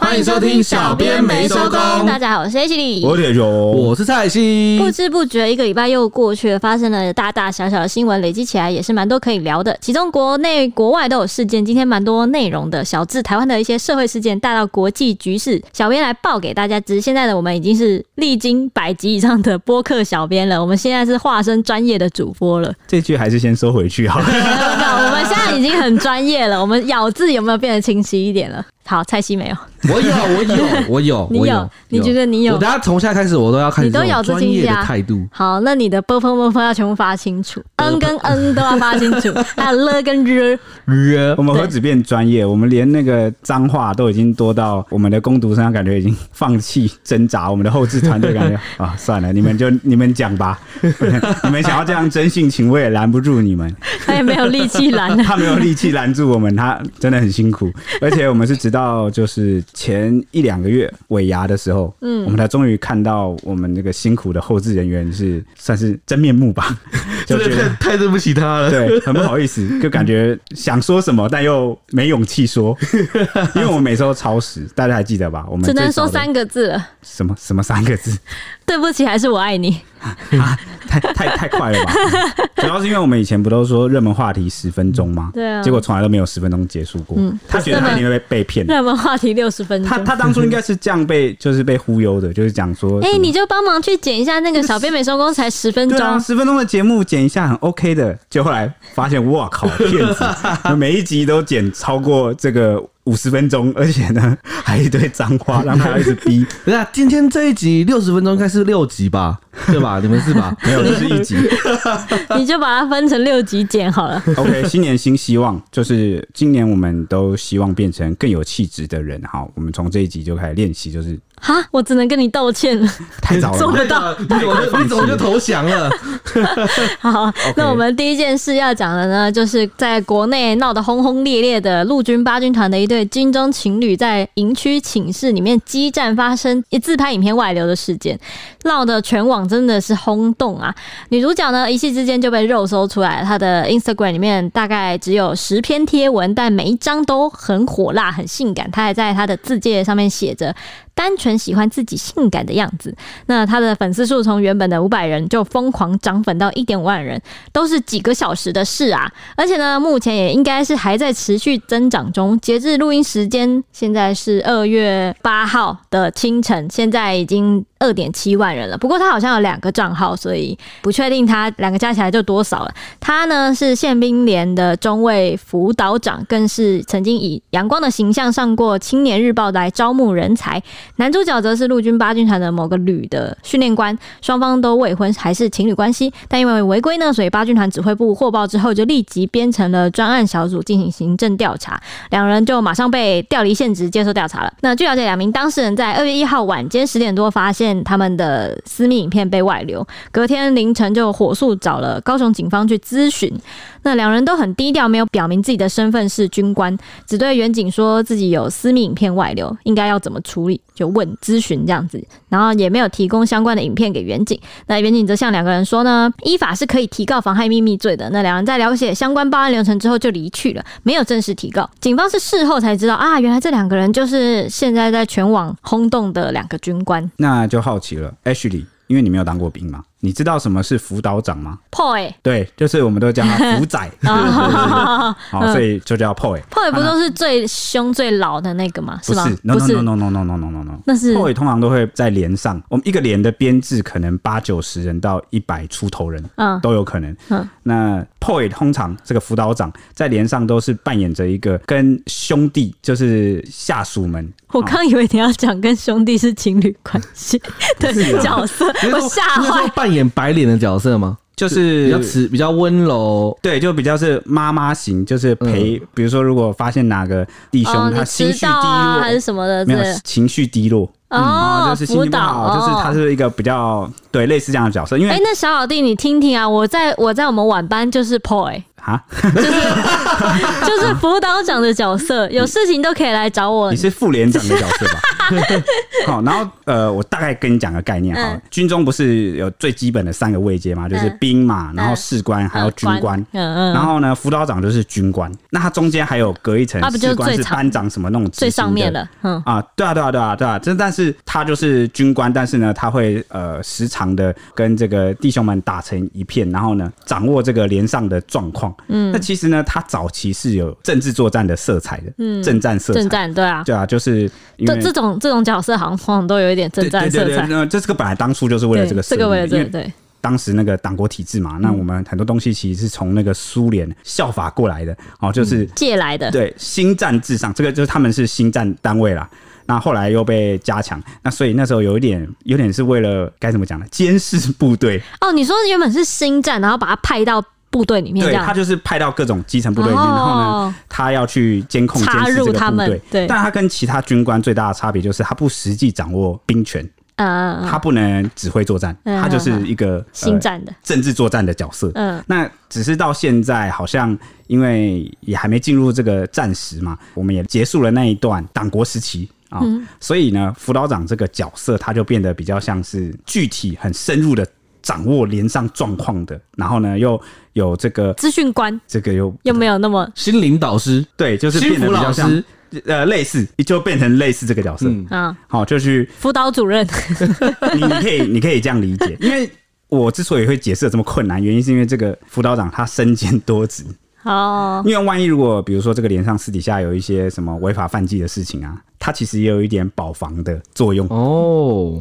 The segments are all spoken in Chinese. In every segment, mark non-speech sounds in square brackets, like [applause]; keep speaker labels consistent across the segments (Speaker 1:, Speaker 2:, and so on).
Speaker 1: 欢迎收听小编没收工
Speaker 2: 大家好，我是 H 李。
Speaker 3: 我铁熊，
Speaker 1: 我是蔡西
Speaker 2: 不知不觉一个礼拜又过去了，发生了大大小小的新闻，累积起来也是蛮多可以聊的。其中国内国外都有事件，今天蛮多内容的，小至台湾的一些社会事件，大到国际局势，小编来报给大家知。现在的我们已经是历经百集以上的播客小编了，我们现在是化身专业的主播
Speaker 1: [laughs]
Speaker 2: 了。
Speaker 3: 这句还是先收回去好
Speaker 2: [laughs]
Speaker 3: 了。
Speaker 2: 没有没有，我们现在已经很专业了，我们咬字有没有变得清晰一点了？好，蔡西没有，
Speaker 1: 我有，我有，我
Speaker 2: [laughs]
Speaker 1: 有，
Speaker 2: 你
Speaker 1: 我
Speaker 2: 有，你觉得你
Speaker 1: 我
Speaker 2: 有？
Speaker 1: 等下从现在开始，我都要看
Speaker 2: 你都
Speaker 1: 这种
Speaker 2: 咬字
Speaker 1: 专
Speaker 2: 清晰
Speaker 1: 业的
Speaker 2: 啊
Speaker 1: 态度。
Speaker 2: 好，那你的波峰波峰要全部发清楚，n 跟 n 都要发清
Speaker 3: [laughs]
Speaker 2: 楚，还有了跟日。
Speaker 1: 惹
Speaker 3: 我们何止变专业，我们连那个脏话都已经多到我们的攻读生感觉已经放弃挣扎，我们的后置团队感觉啊，算了，你们就你们讲吧， [laughs] 你们想要这样真性情，我也拦不住你们。
Speaker 2: 他也没有力气拦了。
Speaker 3: 他没有力气拦住我们，他真的很辛苦。而且我们是直到就是前一两个月尾牙的时候，嗯，我们才终于看到我们这个辛苦的后置人员是算是真面目吧，就觉得。
Speaker 1: [laughs] 太对不起他了。
Speaker 3: 对，很不好意思，就感觉想说什么，但又没勇气说，因为我们每次都超时，大家还记得吧？我们
Speaker 2: 只能
Speaker 3: 最早
Speaker 2: 说
Speaker 3: 的
Speaker 2: 三个字了，
Speaker 3: 什么什么三个字， [laughs]
Speaker 2: 对不起，还是我爱你。
Speaker 3: 太太太快
Speaker 2: [laughs]
Speaker 3: 了吧？主要是因为我们以前不都说热门话题十分钟吗？
Speaker 2: 对啊
Speaker 3: 结果从来都没有十分钟结束过。
Speaker 2: 嗯
Speaker 3: 他觉得他一定会被
Speaker 2: [laughs]
Speaker 3: 骗。
Speaker 2: 热门话题六十分钟
Speaker 3: 嗯他。他当初应该是这样被就是被忽悠的，就是讲说什么，
Speaker 2: 哎、你就帮忙去剪一下那个小编美收工才十分
Speaker 3: 对
Speaker 2: 钟，
Speaker 3: 啊，十分钟的节目剪一下很 OK 的，就后来发现，哇
Speaker 2: [laughs]
Speaker 3: 靠，骗子！每一集都剪超过这个五十分钟，而且呢 [laughs] 还一堆脏话，让他一直
Speaker 2: [laughs]
Speaker 3: 逼，
Speaker 1: 等下，今天这一集六十分钟，应该是六集
Speaker 3: [laughs]
Speaker 1: 吧？对吧？你们是吧？
Speaker 3: 没有，就是一集。
Speaker 2: 你就把它分成六集剪好了。
Speaker 3: OK，新年新希望，就是今年我们都希望变成更有气质的人。好，我们从这一集就开始练习，就是
Speaker 2: 哈，我只能跟你道歉了。
Speaker 3: 太早
Speaker 2: 做
Speaker 3: 了。
Speaker 2: 不到
Speaker 1: 你怎么就你怎么就投
Speaker 2: [laughs]
Speaker 1: 降了？
Speaker 2: 好，那我们第一件事要讲的呢，就是在国内闹得轰轰烈烈的陆军八军团的一对军中情侣在营区寝室里面激战发生一自拍影片外流的事件，闹得全网真的是轰动啊！女主角呢一夕之间就被肉搜出来了，她的 Instagram 里面大概只有十篇贴文，但每一张都很火辣、很性感。她还在她的字界上面写着“单纯喜欢自己性感的样子”，那他的粉丝数从原本的五百人就疯狂涨粉到一点五万人，都是几个小时的事啊！而且呢，目前也应该是还在持续增长中。截至录音时间，现在是二月八号的清晨，现在已经二点七万人了。不过他好像有两个账号，所以不确定他两个加起来就多少了。他呢是宪兵连的中尉辅导长，更是曾经以阳光的形象上过《青年日报》来招募人才。男主角则是陆军八军团的某个旅的训练官，双方都未婚，还是情侣关系。但因为违规呢，所以八军团指挥部获报之后，就立即编成了专案小组进行行政调查，两人就马上被调离现职接受调查了。那据了解，两名当事人在二月一号晚间十点多发现他们的私密影片被外流，隔天凌晨就火速找了高雄警方去咨询。那两人都很低调，没有表明自己的身份是军官，只对远景说自己有私密影片外流，应该要怎么处理，就问咨询这样子，然后也没有提供相关的影片给远景。那远景则向两个人说呢，依法是可以提告妨害秘密罪的。那两人在了解相关报案流程之后就离去了，没有正式提告。警方是事后才知道啊，原来这两个人就是现在在全网轰动的两个军 [laughs] 官。
Speaker 3: 那就好奇了，Ashley，因为你没有当过兵嘛，你知道什么是辅导长吗？
Speaker 2: 破哎、
Speaker 3: 对，就是我们都叫
Speaker 2: [laughs]
Speaker 3: 他辅仔，
Speaker 2: 啊，
Speaker 3: 好，所以就叫 POY。
Speaker 2: 破哎不都是最凶最老的那个吗？
Speaker 3: 不
Speaker 2: 吗？
Speaker 3: 是，no
Speaker 2: 不
Speaker 3: no
Speaker 2: 是
Speaker 3: no no no no no no no no。
Speaker 2: 那是
Speaker 3: POY 通常都会在连上，我们一个连的编制可能八九十人到一百出头人，
Speaker 2: 嗯
Speaker 3: 都有可能。
Speaker 2: 嗯
Speaker 3: 那 POY 通常这个辅导长在连上都是扮演着一个跟兄弟，就是下属们。
Speaker 2: 我
Speaker 3: 啊
Speaker 2: 刚以为你要讲跟兄弟是情侣关
Speaker 3: [laughs]
Speaker 2: 系
Speaker 3: 啊
Speaker 2: 的角色，我吓
Speaker 1: 你是说
Speaker 2: 坏。
Speaker 1: 扮演白脸的角色吗？
Speaker 3: 就
Speaker 1: 比较
Speaker 3: 是
Speaker 1: 慈，比较温柔。
Speaker 3: 对，就比较是妈妈型，就是陪，
Speaker 1: 嗯
Speaker 3: 比如说如果发现哪个弟兄
Speaker 2: 哦，
Speaker 3: 他
Speaker 2: 你
Speaker 3: 心绪
Speaker 2: 迟
Speaker 3: 低
Speaker 2: 到啊，还是
Speaker 3: 落，
Speaker 2: 什么的
Speaker 3: 没
Speaker 2: 之
Speaker 3: 有
Speaker 2: 类的？
Speaker 3: 情绪低落。
Speaker 2: 哦
Speaker 3: 嗯就是心情不好，
Speaker 2: 辅导哦哎
Speaker 3: 就是他是一个比较对类似这样的角色，因为 [laughs]
Speaker 2: 哎，那小老弟，你听听啊，我在我在我们晚班就是 poi，
Speaker 3: 啊，
Speaker 2: 就是就是辅导长的角色，有事情都可以来找我
Speaker 3: 你。是副连长的角色
Speaker 2: [laughs]
Speaker 3: 吧？好，然后呃，我大概跟你讲个概念哈、
Speaker 2: 嗯
Speaker 3: 军中不是有最基本的三个位阶嘛，就是
Speaker 2: 嗯
Speaker 3: 兵嘛，然后
Speaker 2: 嗯
Speaker 3: 士官，还有军官。
Speaker 2: 嗯
Speaker 3: 然
Speaker 2: 嗯，
Speaker 3: 后呢，辅导长就是军官，那他中间还有隔一层
Speaker 2: 啊不就是
Speaker 3: 士官
Speaker 2: 最
Speaker 3: 是
Speaker 2: 长
Speaker 3: 班长什么那种
Speaker 2: 最上面
Speaker 3: 的
Speaker 2: 了，嗯，
Speaker 3: 啊，对啊，对啊，对啊，对啊，这但是他就是军官，但是呢，他会呃时常的跟这个弟兄们打成一片，然后呢，掌握这个连上的状况。嗯，那其实呢，他早期是有政治作战的色彩的，嗯，政战色
Speaker 2: 正
Speaker 3: 彩，
Speaker 2: 战对啊，
Speaker 3: 对啊，就是因
Speaker 2: 这
Speaker 3: 为
Speaker 2: 这种这种角色好像往往都有一点正战
Speaker 3: 对对
Speaker 2: 色
Speaker 3: 对对，
Speaker 2: 彩，
Speaker 3: 那这个本来当初就是为了这个设
Speaker 2: 这
Speaker 3: 立的，
Speaker 2: 个为了这
Speaker 3: 因
Speaker 2: 个
Speaker 3: 为
Speaker 2: 对，嗯
Speaker 3: 当时那个党国体制嘛，那我们很多东西其实是从那个苏联效法过来的，哦，就是
Speaker 2: 借来的，
Speaker 3: 对，新战至上，这个就是他们是新战单位啦。那后来又被加强，那所以那时候有一点，有点是为了该怎么讲呢？监视部队，
Speaker 2: 哦，你说原本是星战，然后把它派到部队里面这
Speaker 3: 对
Speaker 2: 样
Speaker 3: 他，就是派到各种基层部队里面，
Speaker 2: 哦
Speaker 3: 然后呢，他要去监控、监
Speaker 2: 插
Speaker 3: 视这
Speaker 2: 入
Speaker 3: 个
Speaker 2: 他
Speaker 3: 部
Speaker 2: 们
Speaker 3: 队。
Speaker 2: 对
Speaker 3: 但他跟其他军官最大的差别就是，他不实际掌握兵权，
Speaker 2: 嗯嗯
Speaker 3: 他不能指挥作战，
Speaker 2: 嗯
Speaker 3: 他就是一个
Speaker 2: 星
Speaker 3: 呃
Speaker 2: 战的，
Speaker 3: 政治作战的角色。
Speaker 2: 嗯
Speaker 3: 那只是到现在，好像因为也还没进入这个战时嘛，我们也结束了那一段党国时期啊、
Speaker 2: 嗯
Speaker 3: 所以呢，辅导长这个角色他就变得比较像是具体很深入的掌握连上状况的，然后呢又有这个
Speaker 2: 资讯官
Speaker 3: 这个又
Speaker 2: 又没有那么
Speaker 1: 心灵导师，
Speaker 3: 对，就是
Speaker 1: 心
Speaker 3: 变得
Speaker 1: 辅
Speaker 3: 比
Speaker 1: 老
Speaker 3: 较像
Speaker 1: 师，
Speaker 3: 呃类似，就变成类似这个角色。
Speaker 1: 嗯
Speaker 2: 嗯，
Speaker 3: 好，就去
Speaker 2: 辅导主任，
Speaker 3: 你你可以你可以这样理解，因为我之所以会解释得这么困难，原因是因为这个辅导长他身兼多职，
Speaker 2: 哦，
Speaker 3: [laughs] 因为万一如果比如说这个连上私底下有一些什么违法犯纪的事情啊，它其实也有一点保防的作用，
Speaker 1: 哦，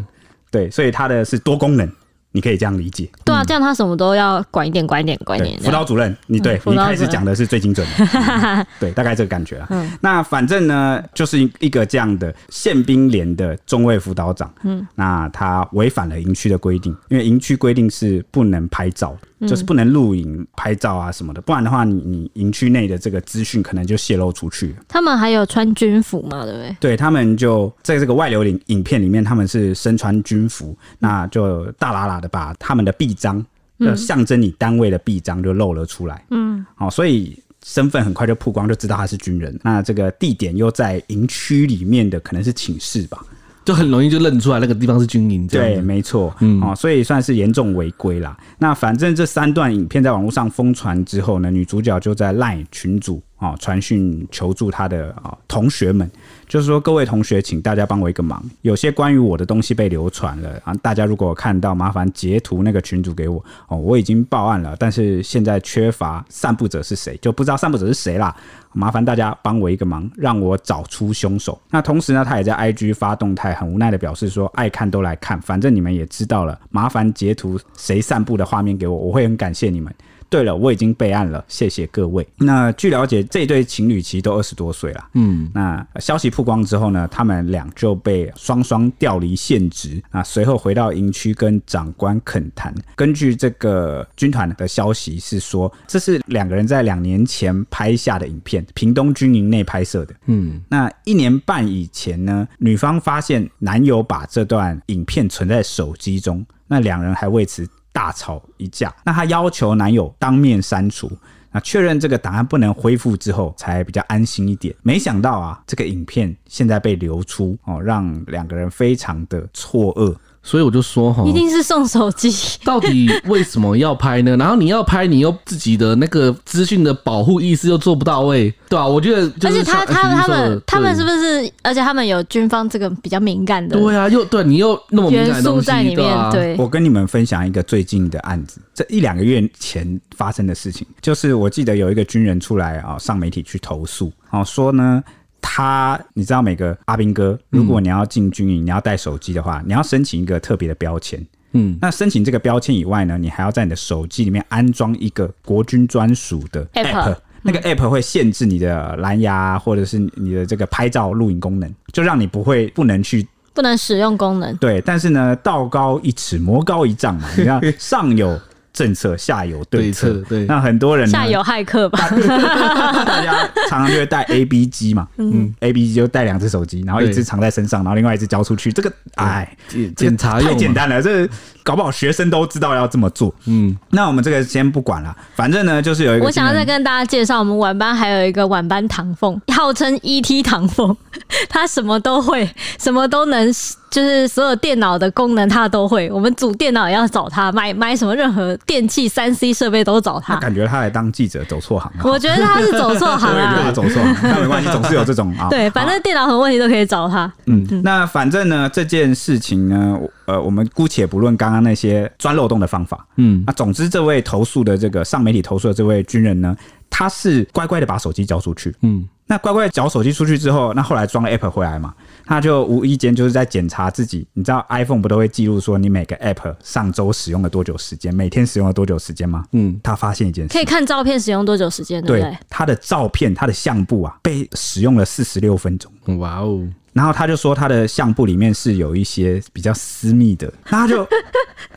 Speaker 3: 对，所以它的是多功能，你可以这样理解。
Speaker 2: 对啊，这样他什么都要管一点，管一点，管一
Speaker 3: 嗯对
Speaker 2: 点，，
Speaker 3: 辅导主任，你对、
Speaker 2: 嗯辅
Speaker 3: 你
Speaker 2: 导
Speaker 3: 开
Speaker 2: 主
Speaker 3: 始
Speaker 2: 任
Speaker 3: 讲的是最精准的，嗯对，大概这个感觉啊。那反正呢，就是一个这样的宪兵连的中尉辅导长，嗯，那他违反了营区的规定，因为营区规定是不能拍照，就是不能录影、拍照啊什么的，不然的话你，你营区内的这个资讯可能就泄露出去了。
Speaker 2: [laughs] 他们还有穿军服嘛，对不对？
Speaker 3: 对他们就在这个外流影影片里面，他们是身穿军服，那就大喇喇的把他们的臂章，呃，象征你单位的臂章就露了出来。嗯，哦，所以身份很快就曝光，就知道他是军人。那这个地点又在营区里面的，可能是寝室吧？
Speaker 1: 就很容易就认出来那个地方是军营这
Speaker 3: 对，
Speaker 1: 样子。嗯
Speaker 3: 没错。哦，所以算是严重违规啦。那反正这三段影片在网络上疯传之后呢，女主角就在 LINE 群组哦传讯求助她的啊、哦同学们，就是说各位同学，请大家帮我一个忙，有些关于我的东西被流传了啊，大家如果有看到，麻烦截图那个群组给我哦，我已经报案了，但是现在缺乏散布者是谁，就不知道散布者是谁啦。麻烦大家帮我一个忙，让我找出凶手。那同时呢，他也在 IG 发动态，很无奈的表示说，爱看都来看，反正你们也知道了，麻烦截图谁散布的画面给我，我会很感谢你们。对了，我已经备案了，谢谢各位。那据了解，这对情侣其实都二十多岁了。嗯，那消息曝光之后呢，他们俩就被双双调离现职啊，随后回到营区跟长官恳谈。根据这个军团的消息是说，这是两个人在两年前拍下的影片，屏东军营内拍摄的。
Speaker 1: 嗯，
Speaker 3: 那一年半以前呢，女方发现男友把这段影片存在手机中，那两人还为此大吵一架。那她要求男友当面删除。那确认这个档案不能恢复之后，才比较安心一点。没想到啊，这个影片现在被流出哦，让两个人非常的错愕。
Speaker 1: 所以我就说哈
Speaker 3: 哦
Speaker 2: 一，定是送手机，
Speaker 1: 到底为什么要拍呢？然后你要拍，你又自己的那个资讯的保护意识又做不到位，对吧、啊我觉得就
Speaker 2: 而
Speaker 1: 是
Speaker 2: 且他他
Speaker 1: 像徐
Speaker 3: 呃
Speaker 2: 他
Speaker 1: 说的
Speaker 2: 们他们
Speaker 1: 对
Speaker 2: 是不是？而且他们有军方这个比较敏感的
Speaker 1: 对啊，又对你又那么敏感
Speaker 2: 元
Speaker 1: 的东
Speaker 2: 素
Speaker 1: 西
Speaker 2: 在里
Speaker 1: 对
Speaker 2: 面
Speaker 1: 啊，
Speaker 2: 对，
Speaker 3: 我跟你们分享一个最近的案子，这一两个月前发生的事情，就是我记得有一个军人出来啊、上媒体去投诉，哦说呢。他，你知道每个阿兵哥，如果你要进军营，你要带手机的话，你要申请一个特别的标签。
Speaker 1: 嗯，
Speaker 3: 那申请这个标签以外呢，你还要在你的手机里面安装一个国军专属的
Speaker 2: App 嗯
Speaker 3: app，那个 app 会限制你的蓝牙或者是你的这个拍照录影功能，就让你不会不能去
Speaker 2: 不能使用功
Speaker 1: [laughs]
Speaker 2: 能。
Speaker 3: 对，但是呢，道高一尺，魔高一丈嘛。
Speaker 1: [laughs]
Speaker 3: 你看，上有政策，下有对策。
Speaker 1: 对策对
Speaker 3: 那很多人呢
Speaker 2: 下游骇客吧，
Speaker 3: [laughs] 大家常常就会带 A B 机嘛，嗯，A B 机就带两只手机，然后一
Speaker 1: 对
Speaker 3: 只藏在身上，然后另外一只交出去。这个，哎，
Speaker 1: 检
Speaker 3: 这个
Speaker 1: 检查用啊
Speaker 3: 太简
Speaker 1: 嘛，
Speaker 3: 单了，这搞不好学生都知道要这么做。
Speaker 1: 嗯，
Speaker 3: 那我们这个先不管了，反正呢，就是有一个
Speaker 2: 我想要
Speaker 3: 新
Speaker 2: 再
Speaker 3: 人
Speaker 2: 跟大家介绍，我们晚班还有一个晚班唐凤， [laughs] 号称 ET 唐凤， [laughs] 他什么都会，什么都能，就是所有电脑的功能他都会。我们组电脑也要找他，买买什么任何电器三 C 设备都找
Speaker 3: 他
Speaker 2: 他。
Speaker 3: 感觉他来当记者走错行了，
Speaker 2: 我觉得他是走错行
Speaker 3: 我也觉得他
Speaker 2: 了、
Speaker 3: 走错行，但没关系，总是有这种啊。
Speaker 2: [laughs] 对，反正电脑什么问题都可以找他。
Speaker 3: 嗯，那反正呢，这件事情呢，我呃，我们姑且不论刚刚那些钻漏洞的方法，
Speaker 1: 嗯
Speaker 3: 那总之这位投诉的这个上媒体投诉的这位军人呢，他是乖乖的把手机交出去。
Speaker 1: 嗯，
Speaker 3: 那乖乖缴手机出去之后，那后来装了 App 回来嘛，他就无意间就是在检查自己。你知道 iPhone 不都会记录说你每个 App 上周使用了多久时间，每天使用了多久时间吗？
Speaker 1: 嗯，
Speaker 3: 他发现一件
Speaker 2: 可
Speaker 3: 事
Speaker 2: 以，看照片使用多久时间，对不
Speaker 3: 对
Speaker 2: 对？
Speaker 3: 他的照片、他的相簿啊，被使用了四十六分钟。
Speaker 1: 哇哦，
Speaker 3: 然后他就说他的相簿里面是有一些比较私密的，那他就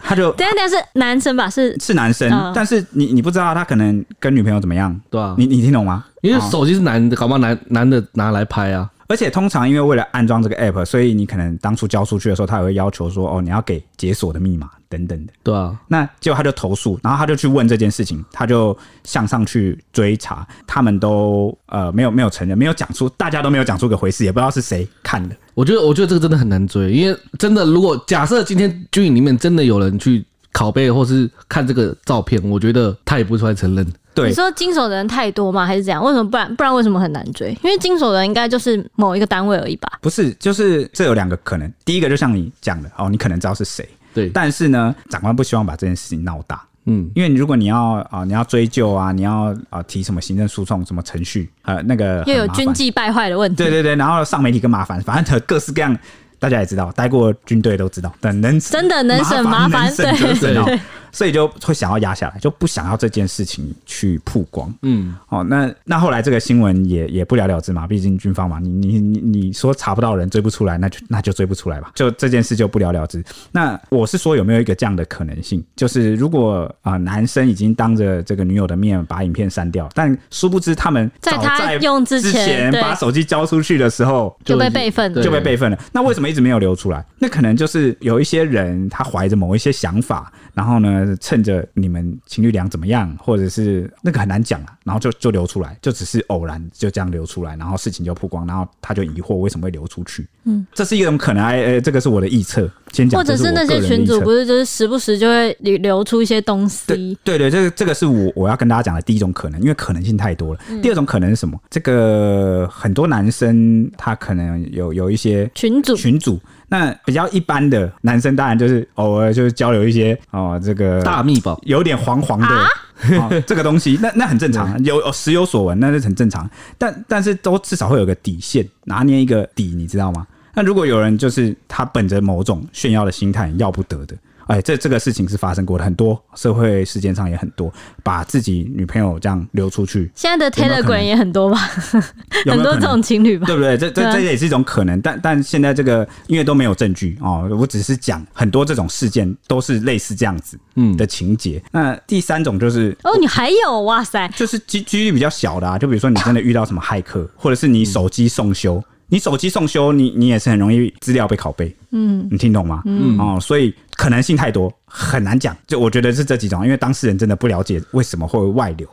Speaker 3: 他就
Speaker 2: 等一下等一下是男生吧？是
Speaker 3: 是男生，
Speaker 2: 嗯
Speaker 3: 但是你你不知道他可能跟女朋友怎么样，
Speaker 1: 对啊，
Speaker 3: 你你听懂吗？
Speaker 1: 因为
Speaker 3: 啊
Speaker 1: 手机是男的，搞不好男男的拿来拍啊，
Speaker 3: 而且通常因为为了安装这个 app，所以你可能当初交出去的时候，他也会要求说哦，你要给解锁的密码等等的。
Speaker 1: 对啊，
Speaker 3: 那结果他就投诉，然后他就去问这件事情，他就向上去追查，他们都呃没有没有承认，没有讲出，大家都没有讲出个回事，也不知道是谁看的。
Speaker 1: 我觉得，我觉得这个真的很难追，因为真的，如果假设今天军营里面真的有人去拷贝或是看这个照片，我觉得他也不会出来承认。
Speaker 3: 对
Speaker 2: 你，说经手的人太多吗？还是怎样？为什么不然不然为什么很难追？因为经手的人应该就是某一个单位而已吧？
Speaker 3: 不是，就是这有两个可能，第一个就像你讲的哦，你可能知道是谁，
Speaker 1: 对，
Speaker 3: 但是呢，长官不希望把这件事情闹大。
Speaker 1: 嗯，
Speaker 3: 因为你如果你要啊、你要追究啊，你要啊、提什么行政诉讼什么程序，呃，那个
Speaker 2: 又有
Speaker 3: 很麻烦
Speaker 2: 军纪败坏的问题。
Speaker 3: 对对对，然后上媒体更麻烦，反正各式各样，大家也知道，待过军队都知道，但能
Speaker 2: 真的能省麻
Speaker 3: 麻
Speaker 2: 烦
Speaker 3: 能省则省
Speaker 1: 对
Speaker 3: 哦，所以就会想要压下来，就不想要这件事情去曝光。
Speaker 1: 嗯，
Speaker 3: 哦，那那后来这个新闻也也不了了之嘛，毕竟军方嘛，你你你你说查不到人追不出来，那就那就追不出来吧，就这件事就不了了之。那我是说有没有一个这样的可能性，就是如果啊、男生已经当着这个女友的面把影片删掉，但殊不知他们
Speaker 2: 在
Speaker 3: 早
Speaker 2: 他用之
Speaker 3: 之
Speaker 2: 前对
Speaker 3: 把手机交出去的时候，
Speaker 2: 就被
Speaker 1: 已经
Speaker 2: 备份
Speaker 1: 对
Speaker 3: 就被备份了。那为什么一直没有流出来？那可能就是有一些人他怀着某一些想法，然后呢，趁着你们情侣俩怎么样，或者是那个很难讲啊，然后就就流出来，就只是偶然就这样流出来，然后事情就曝光，然后他就疑惑为什么会流出去。嗯，这是一种可能，哎、哎这个是我的臆测，先讲，
Speaker 2: 或者
Speaker 3: 这
Speaker 2: 是
Speaker 3: 我
Speaker 2: 那
Speaker 3: 个
Speaker 2: 些
Speaker 3: 人的
Speaker 2: 群
Speaker 3: 臆
Speaker 2: 主
Speaker 3: 测
Speaker 2: 不是就是时不时就会流流出一些东
Speaker 3: 对
Speaker 2: 西，
Speaker 3: 对对，这个这个是我我要跟大家讲的第一种可能，因为可能性太多了。
Speaker 2: 嗯
Speaker 3: 第二种可能是什么？这个很多男生他可能有有一些
Speaker 2: 群主
Speaker 3: 群组，那比较一般的男生当然就是偶尔就是交流一些哦这个
Speaker 1: 大密宝，
Speaker 3: 有点黄黄的、
Speaker 2: 啊
Speaker 3: [laughs] 哦、这个东西，那那很正
Speaker 2: 嗯
Speaker 3: 常，啊有有时有所闻，那是很正常。但但是都至少会有个底线，拿捏一个底，你知道吗？那如果有人就是他本着某种炫耀的心态，要不得的。哎，这这个事情是发生过的，很多社会事件上也很多，把自己女朋友这样流出去，
Speaker 2: 现在的
Speaker 3: 有没有可
Speaker 2: Telegram
Speaker 3: 能
Speaker 2: 也很多吧，
Speaker 3: 有
Speaker 2: 很
Speaker 3: 没有
Speaker 2: 多这
Speaker 3: 可能
Speaker 2: 种情侣吧。
Speaker 3: 对不对？这这
Speaker 2: 对啊
Speaker 3: 这也是一种可能，但但现在这个因为都没有证据哦，我只是讲很多这种事件都是类似这样子
Speaker 1: 嗯
Speaker 3: 的情节。那第三种就是
Speaker 2: 哦，你还有哇塞，
Speaker 3: 就是几几率比较小的啊，就比如说你真的遇到什么骇客，或者是你手机送修，你手机送修，你你也是很容易资料被拷贝。嗯，你听懂吗？嗯哦，所以可能性太多，很难讲。就我觉得是这几种，因为当事人真的不了解为什么会外流。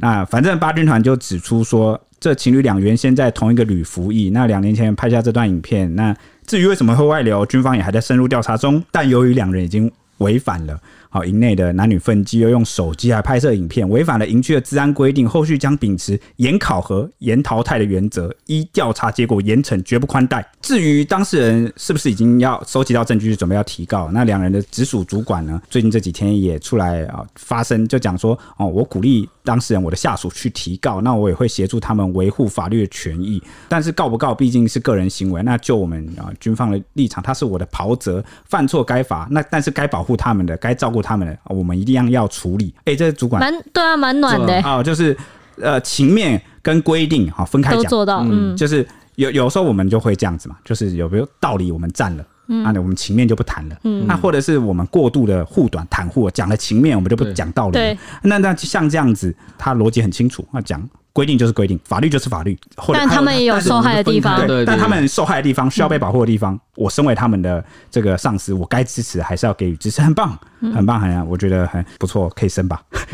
Speaker 3: 那反正八军团就指出说，这情侣俩原先在同一个旅服役，那两年前拍下这段影片。那至于为什么会外流，军方也还在深入调查中。但由于两人已经违反了好营内的男女分居，又用手机来拍摄影片，违反了营区的治安规定，后续将秉持严考核、严淘汰的原则，依调查结果严惩，绝不宽待。至于当事人是不是已经要收集到证据，准备要提告，那两人的直属主管呢，最近这几天也出来啊、发声，就讲说哦，我鼓励当事人我的下属去提告，那我也会协助他们维护法律的权益。但是告不告，毕竟是个人行为。那就我们啊、军方的立场，他是我的袍泽，犯错该罚。那但是该保护他们的，该照顾他们的，我们一定要处理。哎、这个主管
Speaker 2: 蛮对啊，蛮暖的、
Speaker 3: 啊、就是呃情面跟规定好、分开
Speaker 2: 都
Speaker 3: 讲，
Speaker 2: 做到，嗯，
Speaker 3: 就是有有时候我们就会这样子嘛，就是有没有道理我们占了。
Speaker 2: 嗯
Speaker 3: 啊，我们情面就不谈了。那或者是我们过度的护短袒护，讲了情面，我们就不
Speaker 1: 对
Speaker 3: 讲道理了
Speaker 2: 对。
Speaker 3: 那那像这样子，他逻辑很清楚，那讲规定就是规定，法律就是法律，或者
Speaker 2: 但他们也有
Speaker 3: 但是
Speaker 2: 受害的地方
Speaker 1: 对对
Speaker 3: 对，但他们受害的地方需要被保护的地方，我身为他们的这个上司，我该支持还是要给予支持，很棒，很棒，很我觉得很不错，可以升吧，
Speaker 2: [laughs]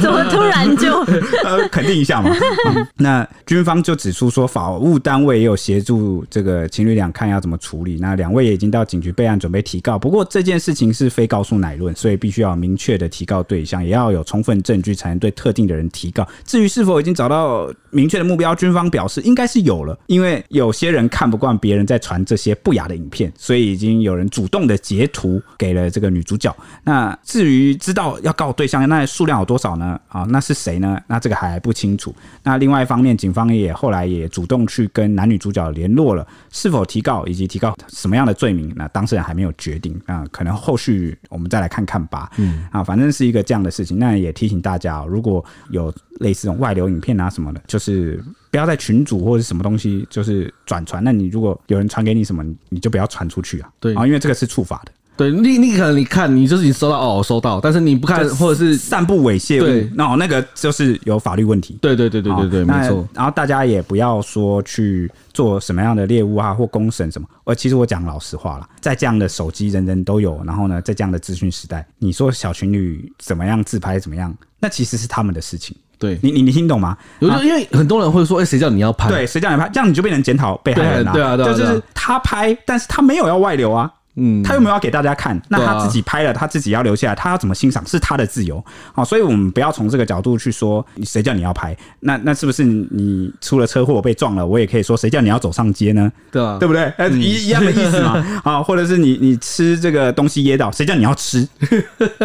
Speaker 2: 怎么突然就
Speaker 3: 呃，肯定一下嘛。嗯那军方就指出说，法务单位也有协助这个情侣俩看要怎么处理。那两位也已经到警局备案，准备提告。不过这件事情是非告诉乃论，所以必须要有明确的提告对象，也要有充分证据才能对特定的人提告。至于是否已经找到明确的目标，军方表示应该是有了，因为有些人看不惯别人在传这些不雅的影片，所以已经有人主动的截图给了这个女主角。那至于知道要告对象，那数量有多少呢？啊，那是谁呢？那这个还不清楚。那另外一方面，警方也后来也主动去跟男女主角联络了，是否提告以及提告什么样的罪名，那当事人还没有决定。啊，可能后续我们再来看看吧。嗯，啊，反正是一个这样的事情。那也提醒大家、哦，如果有类似这种外流影片啊什么的，就是不要在群组或者是什么东西就是转传。那你如果有人传给你什么，你你就不要传出去啊。
Speaker 1: 对
Speaker 3: 啊，因为这个是触法的。
Speaker 1: 对你，你可能你看，你就是你收到哦，我收到，但是你不看，或者是
Speaker 3: 啊散布猥亵
Speaker 1: 对
Speaker 3: 物，那、那个就是有法律问题。
Speaker 1: 对对对对对对，
Speaker 3: 哦好那
Speaker 1: 没错，
Speaker 3: 然后大家也不要说去做什么样的猎物啊，或公审什么。呃，其实我讲老实话啦，在这样的手机人人都有，然后呢，在这样的资讯时代，你说小情侣怎么样自拍怎么样，那其实是他们的事情。
Speaker 1: 对。
Speaker 3: 你你你听懂吗？
Speaker 1: 有时候因为很多人会说，哎，谁叫你要拍？
Speaker 3: 对，谁叫你拍？这样你就变成检讨被害人啦、
Speaker 1: 对啊对啊对啊
Speaker 3: 就
Speaker 1: 对
Speaker 3: 是
Speaker 1: 啊
Speaker 3: 他拍，但是他没有要外流啊。
Speaker 1: 嗯
Speaker 3: 他又没有要给大家看，那
Speaker 1: 对啊
Speaker 3: 他自己拍了，他自己要留下来，他要怎么欣赏是他的自由。好、所以我们不要从这个角度去说，谁叫你要拍？那那是不是你出了车祸被撞了，我也可以说谁叫你要走上街呢？
Speaker 1: 对啊
Speaker 3: 对，不对？呃，一一样的意
Speaker 1: [laughs]
Speaker 3: 思嘛。啊，或者是你你吃这个东西噎到，谁叫你要
Speaker 1: [laughs]
Speaker 3: 吃？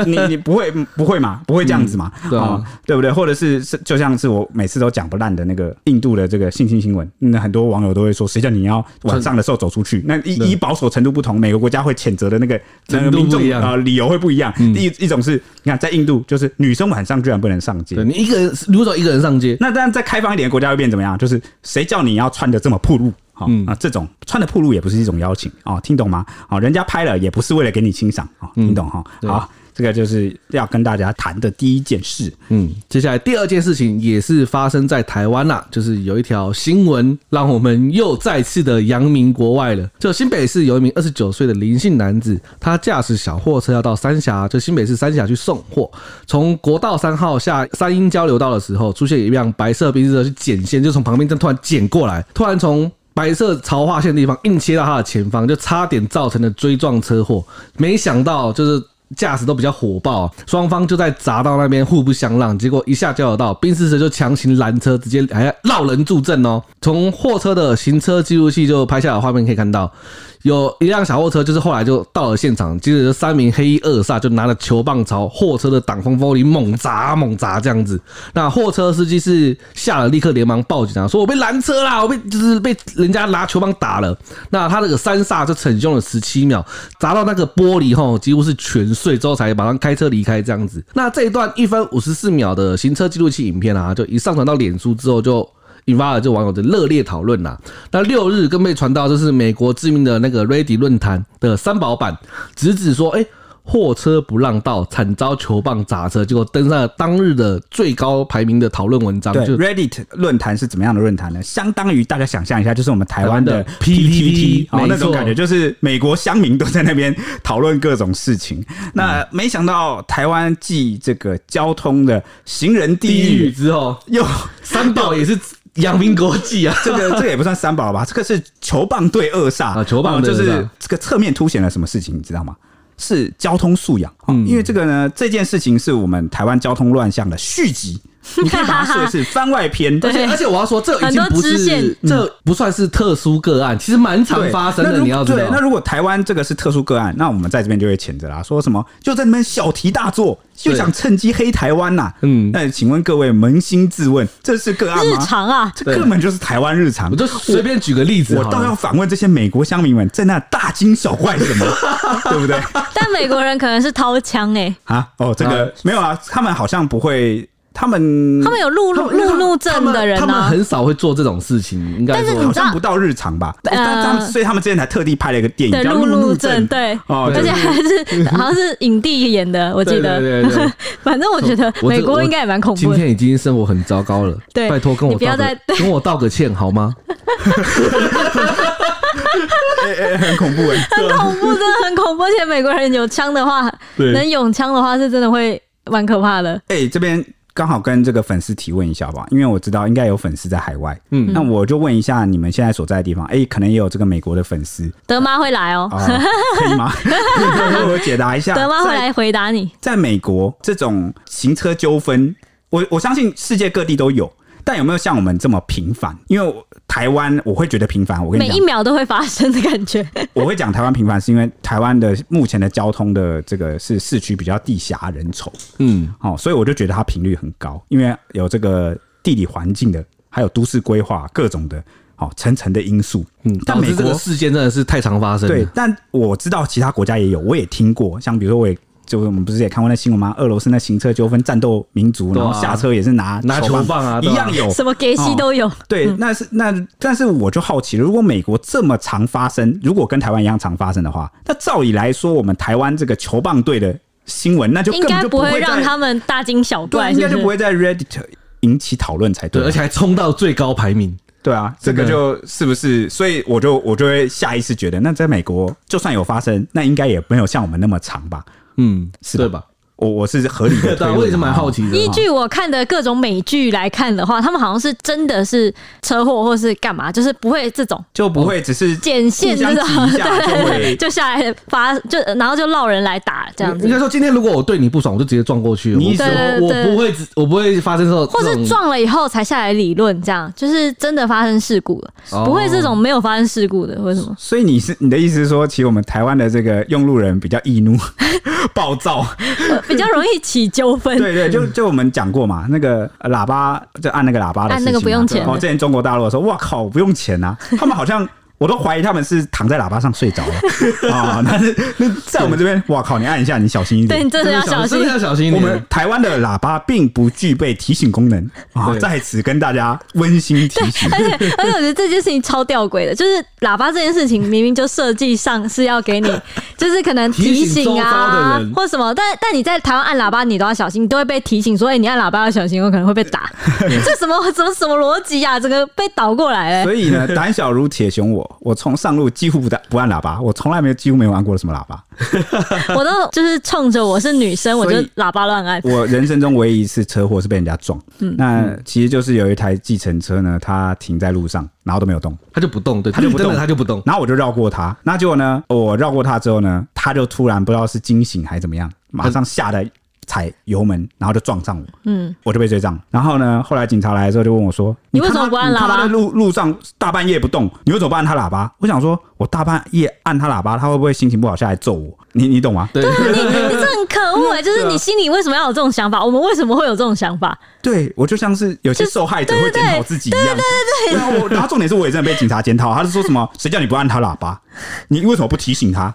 Speaker 3: 你你不会不会嘛？不会这样子嘛？
Speaker 1: 对啊
Speaker 3: 对不对？或者是是就像是我每次都讲不烂的那个印度的这个性侵新闻，那很多网友都会说，谁叫你要晚上的时候走出去？那
Speaker 1: 对
Speaker 3: 依依保守程度不同，每个国家会谴责的那个那
Speaker 1: 程
Speaker 3: 个
Speaker 1: 度
Speaker 3: 民众
Speaker 1: 不一样嗯
Speaker 3: 啊、理由会不一样。第一一种是你看在印度，就是女生晚上居然不能上街
Speaker 1: 对。你一个人，如果说一个人上街，
Speaker 3: 那当然，再开放一点的国家会变怎么样？就是谁叫你要穿的这么暴露？好、
Speaker 1: 嗯
Speaker 3: 啊，这种穿的暴露也不是一种邀请哦，听懂吗？哦，人家拍了也不是为了给你欣赏哦，听懂哈、
Speaker 1: 嗯对
Speaker 3: 好，这个就是要跟大家谈的第一件事。
Speaker 1: 嗯，接下来第二件事情也是发生在台湾啦、就是有一条新闻让我们又再次的扬名国外了。就新北市有一名二十九岁的林姓男子，他驾驶小货车要到三峡，就新北市三峡去送货，从国道三号下三鹰交流道的时候，出现一辆白色宾士车去剪线，就从旁边这样突然剪过来，突然从白色潮化线的地方硬切到他的前方，就差点造成了追撞车祸。没想到就是驾驶都比较火爆， [laughs] 双方就在匝道那边互不相让，结果一下交流道，宾士车就强行拦车，直接还要绕人助阵哦。从货车的行车记录器就拍下来的画面可以看到，有一辆小货车，就是后来就到了现场，接着就三名黑衣恶煞就拿着球棒朝货车的挡风玻璃猛砸猛砸这样子。那货车司机是吓了，立刻连忙报警啊，说我被拦车啦，我被就是被人家拿球棒打了。那他这个三煞就逞凶了十七秒，砸到那个玻璃吼，几乎是全碎之后才马上开车离开这样子。那这一段一分五十四秒的行车记录器影片啊，就一上传到脸书之后就。引发了这网友的热烈讨论呐。那六日更被传到，就是美国知名的那个 Ready 论坛的三宝版，直指说，哎、货车不让道，惨遭球棒砸车，结果登上了当日的最高排名的讨论文章，
Speaker 3: 对
Speaker 1: 就
Speaker 3: ，Reddit 论坛是怎么样的论坛呢？相当于大家想象一下，就是我们台湾的
Speaker 1: 台湾的
Speaker 3: PTT，
Speaker 1: PTT
Speaker 3: 哦，那
Speaker 1: 没错
Speaker 3: 种感觉，就是美国乡民都在那边讨论各种事情。
Speaker 1: 嗯
Speaker 3: 那没想到台湾继这个交通的行人地
Speaker 1: 地狱
Speaker 3: 狱
Speaker 1: 之后，
Speaker 3: 又
Speaker 1: 三宝也是扬名国际啊。
Speaker 3: 这个这个也不算三宝吧，这个是球棒对恶煞
Speaker 1: 啊球棒
Speaker 3: 哦
Speaker 1: 对
Speaker 3: 就
Speaker 1: 恶煞
Speaker 3: 是这个侧面凸显了什么事情，你知道吗？是交通素养，哦
Speaker 1: 嗯
Speaker 3: 因为这个呢，这件事情是我们台湾交通乱象的续集，你可以把它设为是番外篇，
Speaker 1: [laughs] 而
Speaker 2: 对
Speaker 1: 且 [laughs] 而且我要说，这已
Speaker 2: 很
Speaker 1: 经
Speaker 2: 多
Speaker 1: 不
Speaker 2: 支
Speaker 1: 是
Speaker 2: 线
Speaker 1: 这不算是特殊个案，其实蛮常
Speaker 3: 对
Speaker 1: 发生
Speaker 3: 那
Speaker 1: 的。
Speaker 3: 如
Speaker 1: 你要知
Speaker 3: 对，那
Speaker 1: 道，
Speaker 3: 如果台湾这个是特殊个案，那我们在这边就会谴责啦，说什么就在那边小题大做，就
Speaker 1: 对
Speaker 3: 想趁机黑台湾呐、
Speaker 1: 嗯
Speaker 3: 那请问各位扪心自问，这是个案
Speaker 2: 日
Speaker 3: 吗？
Speaker 2: 常啊？
Speaker 3: 这根本就是台湾日常
Speaker 1: 我。就随便举个例子
Speaker 3: 我
Speaker 1: 好
Speaker 3: 倒要
Speaker 1: 了。
Speaker 3: 反问这些美国乡民们，在那大惊小怪什么，对不对？
Speaker 2: 但美国人可能是掏枪哎、
Speaker 3: 啊，哦，这个、
Speaker 1: 啊
Speaker 3: 没有啊，他们好像不会。他们
Speaker 2: 他们有路
Speaker 1: 他
Speaker 2: 怒
Speaker 1: 们因为他
Speaker 2: 路
Speaker 1: 们
Speaker 2: 怒
Speaker 1: 他
Speaker 2: 症
Speaker 1: 们
Speaker 2: 的人
Speaker 1: 他们
Speaker 2: 啊，
Speaker 1: 很少会做这种事情，应该
Speaker 2: 但是
Speaker 1: 说
Speaker 3: 好
Speaker 2: 你知道
Speaker 3: 像不到日常吧？
Speaker 2: 呃
Speaker 3: 但他们所以他们之前才特地拍了一个电影
Speaker 2: 对
Speaker 3: 叫《
Speaker 2: 路
Speaker 3: 路
Speaker 2: 怒
Speaker 3: 怒
Speaker 2: 症，对，
Speaker 3: 哦，
Speaker 2: 而
Speaker 3: 就
Speaker 2: 且
Speaker 3: 是
Speaker 2: 还是好像是影帝演的，我记得。
Speaker 1: 对对对对
Speaker 2: 反正我觉得
Speaker 1: 我这
Speaker 2: 美国应该也蛮恐
Speaker 1: 今
Speaker 2: 怖的。
Speaker 1: 天已经生活很糟糕了，
Speaker 2: 对
Speaker 1: 拜托跟我
Speaker 2: 你不要
Speaker 1: 道个
Speaker 2: 再
Speaker 1: 跟我道个歉好
Speaker 2: [laughs]
Speaker 1: 吗？
Speaker 3: 哎哎很恐怖哎，
Speaker 2: [laughs] 很恐怖，真的很恐怖。而且美国人有枪的话，
Speaker 3: 对
Speaker 2: 能用枪的话是真的会蛮可怕的。
Speaker 3: 哎、这边刚好跟这个粉丝提问一下吧，因为我知道应该有粉丝在海外，
Speaker 1: 嗯
Speaker 3: 那我就问一下你们现在所在的地方，哎、可能也有这个美国的粉丝
Speaker 2: 德妈会来哦， [laughs]
Speaker 3: 啊、可以吗？ [laughs] 为我解答一下，
Speaker 2: 德妈会
Speaker 3: 在
Speaker 2: 来回答你。
Speaker 3: 在美国这种行车纠纷，我我相信世界各地都有，但有没有像我们这么频繁？因为我台湾我会觉得频繁，我跟你
Speaker 2: 每
Speaker 3: 讲
Speaker 2: 一，秒都会发生的感觉，
Speaker 3: 我会讲台湾频繁是因为台湾的目前的交通的这个是市区比较地狭人稠，
Speaker 1: 嗯，
Speaker 3: 哦，所以我就觉得它频率很高，因为有这个地理环境的，还有都市规划各种的，哦，层层的因素。
Speaker 1: 嗯，
Speaker 3: 但
Speaker 1: 导
Speaker 3: 美
Speaker 1: 致这个
Speaker 3: 国
Speaker 1: 事件真的是太常发生
Speaker 3: 对
Speaker 1: 了。，
Speaker 3: 但我知道其他国家也有，我也听过，像比如说我也。就是我们不是也看过那新闻吗？俄罗斯那行车纠纷，战斗民族，
Speaker 1: 对啊
Speaker 3: 然后下车也是拿
Speaker 1: 拿球棒啊嗯
Speaker 3: 一
Speaker 1: 对啊
Speaker 3: 样
Speaker 2: [laughs]
Speaker 3: 有。
Speaker 2: 什么给西都有。
Speaker 3: 对，那是那，但是我就好奇，如果美国这么常发生，如果跟台湾一样常发生的话，那照理来说，我们台湾这个球棒队的新闻，那就
Speaker 2: 应
Speaker 3: 根本
Speaker 2: 该
Speaker 3: 就
Speaker 2: 不
Speaker 3: 会
Speaker 2: 会让
Speaker 3: 在
Speaker 2: 他们大惊小怪，
Speaker 3: 对，啊
Speaker 2: 是
Speaker 3: 应该就不
Speaker 2: 不是？
Speaker 3: 会在 Reddit 引起讨论才对
Speaker 1: 对，
Speaker 3: 啊。
Speaker 1: 而且还冲到最高排名。
Speaker 3: 对啊，这
Speaker 1: 真的
Speaker 3: 个就是不是，所以我就我就会下意识觉得，那在美国就算有发生，那应该也没有像我们那么长吧？
Speaker 1: 嗯，
Speaker 3: 是吧
Speaker 1: 对吧？
Speaker 3: 我我是合理
Speaker 1: 对
Speaker 3: 的
Speaker 1: 啊，
Speaker 3: 推论啊，
Speaker 1: 我也是蛮好奇的。
Speaker 2: 依据我看的各种美剧来看的话，他们好像是真的是车祸或是干嘛，就是不会这种
Speaker 3: 就不会只是
Speaker 2: 剪线
Speaker 3: 互
Speaker 2: 这
Speaker 3: 相
Speaker 2: 种，
Speaker 3: 挤一下就
Speaker 2: [laughs] 对，
Speaker 3: 会
Speaker 2: 就下来罚，就然后就落人来打这样
Speaker 1: 应
Speaker 2: 子，
Speaker 1: 该说，今天如果我对你不爽，我就直接撞过去了。
Speaker 3: 你
Speaker 1: 我
Speaker 3: 一直
Speaker 1: 我
Speaker 2: 对对
Speaker 1: 我
Speaker 2: 对
Speaker 1: 不会只，我不会发生这种，
Speaker 2: 或
Speaker 1: 这种
Speaker 2: 是撞了以后才下来理论，这样就是真的发生事故了，
Speaker 1: 哦
Speaker 2: 不会这种没有发生事故的，为什
Speaker 3: [laughs]
Speaker 2: 么？
Speaker 3: 所以你是你的意思是说，其实我们台湾的这个用路人比较易怒、 [laughs] 暴躁，
Speaker 2: 比较容易起纠纷。
Speaker 3: 对对，就就我们讲过嘛，那个呃喇叭就按那个喇叭的
Speaker 2: 按
Speaker 3: 事情嘛，
Speaker 2: 那个不用钱的
Speaker 3: 哦，之前中国大陆的时候，哇靠，不用钱呐、他们好像。我都怀疑他们是躺在喇叭上睡着了啊！但是那在我们这边，哇靠！你按一下，你小心一
Speaker 2: [laughs] 对，
Speaker 3: 点
Speaker 2: 你。真的要小
Speaker 1: 真
Speaker 2: 心
Speaker 1: 的。要小心一
Speaker 3: 我
Speaker 1: 点。
Speaker 3: 们台湾的喇叭并不具备提醒功能啊，
Speaker 1: 对
Speaker 3: 在此跟大家温馨提 [laughs] 醒。
Speaker 2: 而且而且我觉得这件事情超吊诡的，就是喇叭这件事情明明就设计上是要给你，就是可能
Speaker 1: 提
Speaker 2: 提醒
Speaker 1: 醒周遭
Speaker 2: 啊
Speaker 1: 的人
Speaker 2: 或什么，但但你在台湾按喇叭你都要小心，你都会被提醒说，哎、你按喇叭要小心，我可能会被打。这什么什么什么逻辑啊？整个被倒过来、欸，
Speaker 3: 所以呢，胆小如铁熊我，我从上路几乎不不按喇叭，我从来没有几乎没有按过什么喇叭。
Speaker 2: 我都就是冲着我是女生，我
Speaker 3: 所
Speaker 2: 就
Speaker 3: 以
Speaker 2: 喇叭乱按。
Speaker 3: 我人生中唯一一次车祸是被人家撞，那其实就是有一台计程车呢，它停在路上，然后都没有动，
Speaker 1: 他就不动，对，
Speaker 3: 他就不动
Speaker 1: 真的他就不动。
Speaker 3: 然后我就绕过它，那结果呢，我绕过它之后呢，它就突然不知道是惊醒还是怎么样，马上吓得踩油门，然后就撞上我，
Speaker 2: 嗯，
Speaker 3: 我就被追上。然后呢，后来警察来的时候就问我说：“
Speaker 2: 你
Speaker 3: 看
Speaker 2: 为什么
Speaker 3: 他
Speaker 2: 不按
Speaker 3: 你看
Speaker 2: 喇叭
Speaker 3: 他在路路上大半夜不动，你为什么不按他喇叭？”我想说，我大半夜按他喇叭，他会不会心情不好下来揍我？你你懂吗？
Speaker 1: 对，
Speaker 2: 你你这很可恶哎、
Speaker 3: [laughs] 啊
Speaker 2: 就是你心里为什么要有这种想法？我们为什么会有这种想法？
Speaker 3: 对我就像是有些受害者
Speaker 2: 对
Speaker 3: 会检讨自己一样。对对对然后我，然后重点是我也真的被警察检讨，他是说什么？谁叫你不按他喇叭？你为什么不提醒他？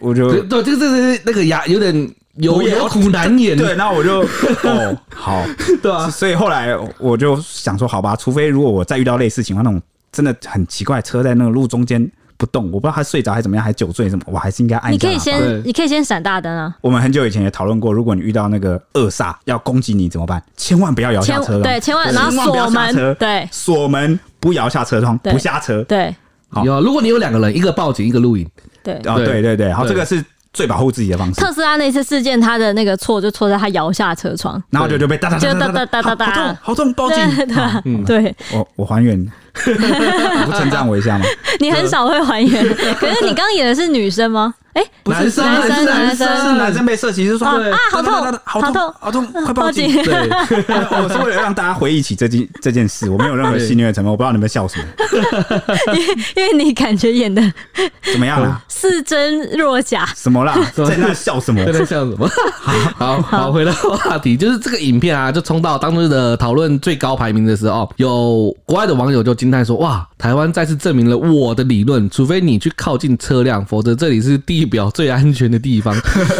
Speaker 3: 我就
Speaker 1: 对，对这个这个这个牙有点有
Speaker 3: 我也
Speaker 1: 有苦难言，
Speaker 3: [laughs] 对，然后我就哦 [laughs] 好，
Speaker 1: 对啊，
Speaker 3: 所以后来我就想说，好吧，除非如果我再遇到类似情况，那种真的很奇怪，车在那个路中间不动，我不知道他睡着还是怎么样，还酒醉什么，我还是应该按一
Speaker 2: 你
Speaker 3: 下
Speaker 2: 可
Speaker 3: 喇叭。
Speaker 2: 以
Speaker 1: 对
Speaker 2: 先你可以先闪大灯啊，
Speaker 3: 我们很久以前也讨论过，如果你遇到那个恶煞要攻击你怎么办？千万不要摇下
Speaker 2: 千
Speaker 3: 车窗，
Speaker 2: 对千万
Speaker 3: 对
Speaker 2: 然后
Speaker 3: 千万不要
Speaker 2: 锁
Speaker 3: 下车
Speaker 2: 门，对
Speaker 3: 锁门不摇下车窗，
Speaker 2: 对
Speaker 3: 不下车。
Speaker 2: 对
Speaker 3: 好
Speaker 1: 有啊，如果你有两个人，一个报警，一个录影，
Speaker 2: 对。
Speaker 3: 哦，
Speaker 1: 对
Speaker 3: 对对对，好，
Speaker 1: 对
Speaker 3: 这个是最保护自己的方式。
Speaker 2: 特斯拉那次事件，他的那个错就错在他摇下车窗。
Speaker 3: 然后就就被哒哒哒哒哒
Speaker 2: 就哒哒哒哒哒
Speaker 3: 哒，好痛好痛，报警！
Speaker 2: 对
Speaker 3: 啊
Speaker 2: 对
Speaker 3: 我我还原， [laughs] 你不称赞我一下吗？
Speaker 2: 你很少会还
Speaker 3: [laughs]
Speaker 2: 原，可是你刚刚演的是女生吗？哎，
Speaker 1: 不是
Speaker 2: 男
Speaker 1: 男
Speaker 2: 生男
Speaker 1: 生男
Speaker 3: 啊是
Speaker 2: 生
Speaker 1: 生
Speaker 3: 男生被射击，就说
Speaker 2: 嗯啊好痛
Speaker 3: 哒哒哒哒
Speaker 2: 好
Speaker 3: 好
Speaker 2: 痛嗯
Speaker 3: 痛，好痛，快报
Speaker 2: 报警
Speaker 3: 警！
Speaker 1: 对，
Speaker 3: [laughs] 我是为了让大家回忆起这件这件事，我没有任何戏虐的成分，我不知道你们
Speaker 2: [laughs]
Speaker 3: 笑什么，
Speaker 2: [laughs] 因为你感觉演的
Speaker 3: 怎么样啦？
Speaker 2: 似真若假，[laughs]
Speaker 3: 什么啦？
Speaker 1: 么
Speaker 3: 在那笑什么？
Speaker 1: [laughs] 在笑什么？
Speaker 3: [laughs]
Speaker 1: 好好好，回到话题，就是这个影片啊，就冲到当日的讨论最高排名的时候，有国外的网友就惊叹说：“哇，台湾再次证明了我的理论，除非你去靠近车辆，否则这里是地表最安全的地
Speaker 3: [laughs]
Speaker 1: 方。”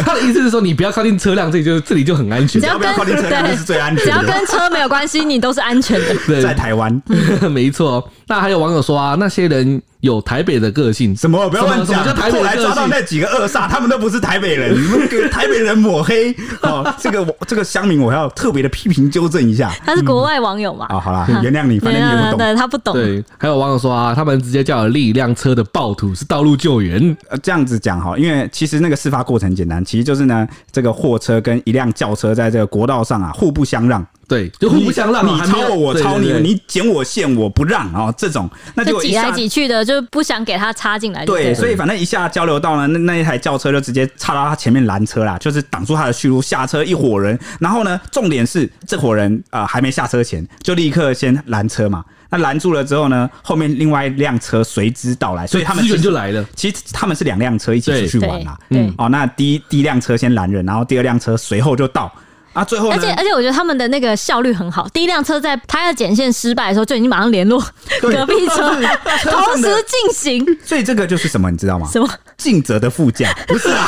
Speaker 1: 他的意思是说，你不要靠近车辆，这里就这里就很安全
Speaker 2: 只。要
Speaker 3: 不要
Speaker 2: 跟
Speaker 3: 靠近车辆那嗯是最安全
Speaker 2: 只要
Speaker 3: 的
Speaker 2: 跟车没有关系，你都是安全的。
Speaker 1: 对，
Speaker 3: 在台湾
Speaker 1: [laughs] 没错。那还有网友说啊，那些人有台北的个性，
Speaker 3: 什么不要乱
Speaker 1: 什么
Speaker 3: 讲
Speaker 1: 叫台，北
Speaker 3: 后来
Speaker 1: 个
Speaker 3: 抓到
Speaker 1: 性
Speaker 3: 那几个恶煞，他们都不是台北人，你们给台北人抹黑 [laughs] 哦，这个我这个乡民我要特别的批评纠正一下
Speaker 2: 他是国外网友嘛？
Speaker 3: 啊，好啦，
Speaker 2: 嗯
Speaker 3: 原谅你，反正你也不懂，
Speaker 2: 对，他不懂。
Speaker 1: 对，还有网友说啊，他们直接叫了另一辆车的暴徒是道路救援，
Speaker 3: 呃，这样子讲哈，因为其实那个事发过程很简单，其实就是呢，这个货车跟一辆轿车在这个国道上啊互不相让，
Speaker 1: 对，就 [laughs] 互不相让啊，
Speaker 3: 你
Speaker 1: 还
Speaker 3: 超
Speaker 1: 没有
Speaker 3: 我，我
Speaker 1: 对
Speaker 3: 超你，
Speaker 1: 对对
Speaker 3: 你剪我线，我不让啊、这种，那结
Speaker 2: 就
Speaker 3: 果一
Speaker 2: 挤
Speaker 3: 下
Speaker 2: 来挤去的，就不想给他插进来就
Speaker 3: 对，
Speaker 2: 对了。
Speaker 3: 所以反正一下交流道呢，那那一台轿车就直接插到他前面拦车啦，就是挡住他的去路，下车一伙人。然后呢，重点是这伙人啊、呃还没下车前就立刻先拦车嘛。那拦住了之后呢，后面另外一辆车随之到来，所以他们
Speaker 1: 资源
Speaker 3: 其实
Speaker 1: 就来了。
Speaker 3: 其实他们是两辆车一起出去
Speaker 2: 对
Speaker 3: 玩啦。
Speaker 2: 对
Speaker 3: 哦，那第一第一辆车先拦人，然后第二辆车随后就到啊，最后呢
Speaker 2: 而且而且，我觉得他们的那个效率很好。第一辆车在他要剪线失败的时候，就已经马上联络
Speaker 3: 对
Speaker 2: 隔壁
Speaker 3: [laughs]
Speaker 2: 车，同时进行
Speaker 3: 所以这个就是什么，你知道吗？
Speaker 2: 什么？
Speaker 3: 尽责的副驾不是啊，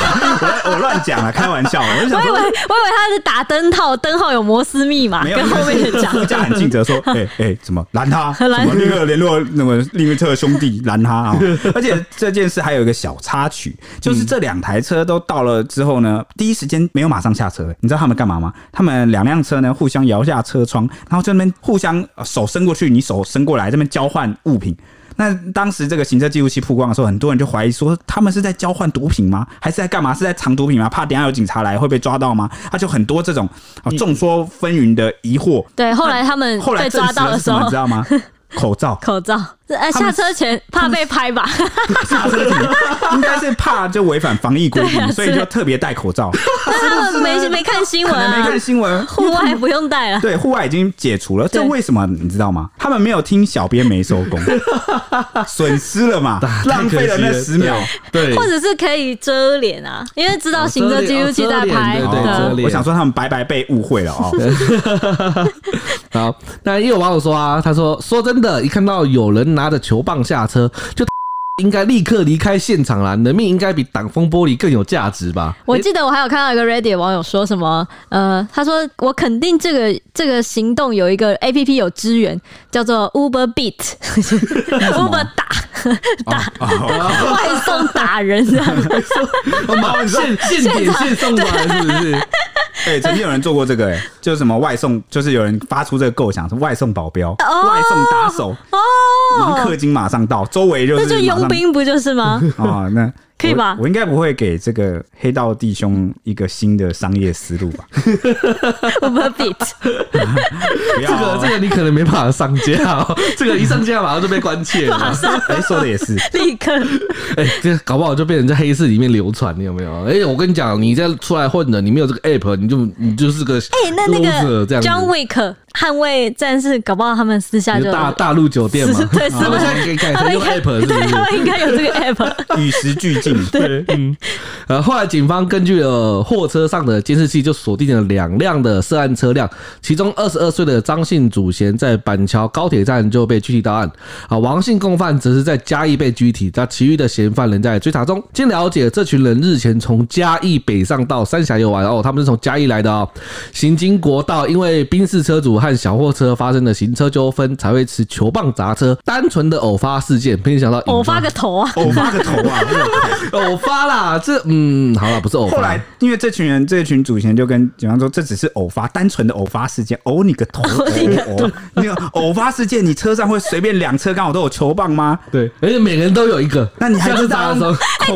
Speaker 3: 我 [laughs] 我乱讲了，开玩笑，我就
Speaker 2: 我
Speaker 3: 想
Speaker 2: 以为
Speaker 3: 说
Speaker 2: 我以。为他是打灯号，灯号有摩斯密码，
Speaker 3: 没有，
Speaker 2: 跟后面的
Speaker 3: [laughs] 副驾
Speaker 2: 讲。
Speaker 3: 很尽责说，哎哎，怎么拦他？什
Speaker 2: 拦
Speaker 3: 么立刻联络那么另一侧的兄弟拦他啊！而且这件事还有一个小插曲，就是这两台车都到了之后呢，第一时间没有马上下车，欸你知道他们干嘛吗？他们两辆车呢互相摇下车窗，然后这边互相呃手伸过去，你手伸过来，这边交换物品。那当时这个行车记录器曝光的时候，很多人就怀疑说，他们是在交换毒品吗？还是在干嘛？是在藏毒品吗？怕等一下有警察来会被抓到吗？他就很多这种哦众说纷纭的疑惑。
Speaker 2: 对，
Speaker 3: [laughs]
Speaker 2: 后来他们
Speaker 3: 后来
Speaker 2: 被
Speaker 3: 证
Speaker 2: 抓
Speaker 3: 实
Speaker 2: 到
Speaker 3: 了
Speaker 2: 的
Speaker 3: 是
Speaker 2: 时
Speaker 3: 什么，你
Speaker 2: 候
Speaker 3: 知，
Speaker 2: [laughs]
Speaker 3: 道吗？口罩 [laughs]
Speaker 2: 口罩。呃，
Speaker 3: 他
Speaker 2: 下
Speaker 3: 们
Speaker 2: 车前怕被拍
Speaker 3: [laughs]
Speaker 2: 吧？
Speaker 3: 下车前应该是怕就违反防疫规
Speaker 2: 对
Speaker 3: 定，
Speaker 2: 啊
Speaker 3: 所以
Speaker 2: 是
Speaker 3: 就特别戴口罩。
Speaker 2: 但 [laughs] 他们没没看新
Speaker 3: 可
Speaker 2: 闻
Speaker 3: 能没
Speaker 2: 啊
Speaker 3: 看，新闻，
Speaker 2: 户外不用戴了。
Speaker 3: 对，户外已经解除了，这
Speaker 2: 对
Speaker 3: 为什么你知道吗？他们没有听小编没收
Speaker 2: [laughs]
Speaker 3: 工，损失了嘛，浪费了那十秒。
Speaker 1: 对，对
Speaker 2: 或者是可以遮脸啊，因为知
Speaker 3: 哦
Speaker 2: 道行车记录器在拍
Speaker 1: 哦遮脸对对遮
Speaker 2: 的
Speaker 1: 脸。
Speaker 3: 我想说他们白白被误会
Speaker 2: [laughs]
Speaker 3: 了哦。
Speaker 1: 好，那也有网友说啊，他说说真的，一看到有人拿着球棒下车，就 [laughs] 应该立刻离开现场啦，你的命应该比挡风玻璃更有价值吧？
Speaker 2: 我
Speaker 1: 诶
Speaker 2: 记得我还有看到一个 Reddit 网友说什么，呃，他说我肯定这个这个行动有一个 A P P 有支援，叫做 Uber [laughs] Beat，Uber 打 [laughs]
Speaker 3: 哦
Speaker 2: 外送打人这样子，[laughs]
Speaker 1: 我们现哦现点现送吗？是不是？
Speaker 3: 哎，曾经有人做过这个，哎，就是什么外送，就是有人发出这个构想，什么外送保镖、外送打手，
Speaker 2: 哦，
Speaker 3: 忙氪金马上到，周围就
Speaker 2: 那
Speaker 3: 是
Speaker 2: 就
Speaker 3: 马
Speaker 2: 佣
Speaker 3: 上
Speaker 2: 兵不就是吗？
Speaker 3: 啊、那
Speaker 2: 可以
Speaker 3: 我
Speaker 2: 吧
Speaker 3: 我应该不会给这个黑道弟兄一个新的商业思路吧？
Speaker 2: Uber
Speaker 1: [laughs]
Speaker 2: Beat，
Speaker 1: 这个
Speaker 3: 不要，啊
Speaker 1: 这个你可能没办法上架、哦， [laughs] 这个一上架马上就被关
Speaker 2: [laughs]
Speaker 1: 切了
Speaker 2: 马。上
Speaker 3: 哎、说的也是，
Speaker 2: 立
Speaker 1: [laughs]
Speaker 2: 刻
Speaker 1: 哎、这个搞不好就被人在黑市里面流传，你有没有？哎、我跟你讲，你在出来混的，你没有这个 app，你就你就是个
Speaker 2: 哎、那那
Speaker 1: loser 这
Speaker 2: 个
Speaker 1: 样子
Speaker 2: John Wick 捍卫战士，搞不好他们私下
Speaker 1: 你
Speaker 2: 就
Speaker 1: 就大大陆酒店嘛
Speaker 2: 是，对是
Speaker 1: 他
Speaker 2: 吧
Speaker 1: 们现在改改
Speaker 2: 他
Speaker 1: 成
Speaker 2: 们
Speaker 1: 用
Speaker 2: 应该
Speaker 1: app，是不
Speaker 2: 对
Speaker 1: 是
Speaker 2: 他？们应该有这个
Speaker 1: [laughs]
Speaker 2: app。
Speaker 3: 与时俱进。
Speaker 1: 对，嗯，呃，后来警方根据了货车上的监视器，就锁定了两辆的涉案车辆，其中二十二岁的张姓祖贤在板桥高铁站就被拘提到案，啊，王姓共犯则是在嘉义被拘提，那其余的嫌犯仍在追查中。经了解，这群人日前从嘉义北上到三峡游玩，哦，他们是从嘉义来的哦，行经国道，因为宾士车主和小货车发生了行车纠纷，才会持球棒砸车，单纯的偶发事件，没想到引
Speaker 2: 我
Speaker 1: 发
Speaker 2: 发个头啊！
Speaker 3: 偶发个头啊！
Speaker 1: [laughs] 偶发啦，这嗯，好了，不是偶发。
Speaker 3: 后来，因为这群人，这群主嫌就跟警方说，这只是偶发，单纯的偶发事件。偶你个头！偶偶那个偶发事件，你车上会随便两车刚好都有球棒吗？
Speaker 1: 对，而且每个人都有一个，
Speaker 3: 那你还
Speaker 1: 这样
Speaker 3: 知
Speaker 1: 砸 [laughs]
Speaker 3: 道
Speaker 1: 的时候，
Speaker 3: 口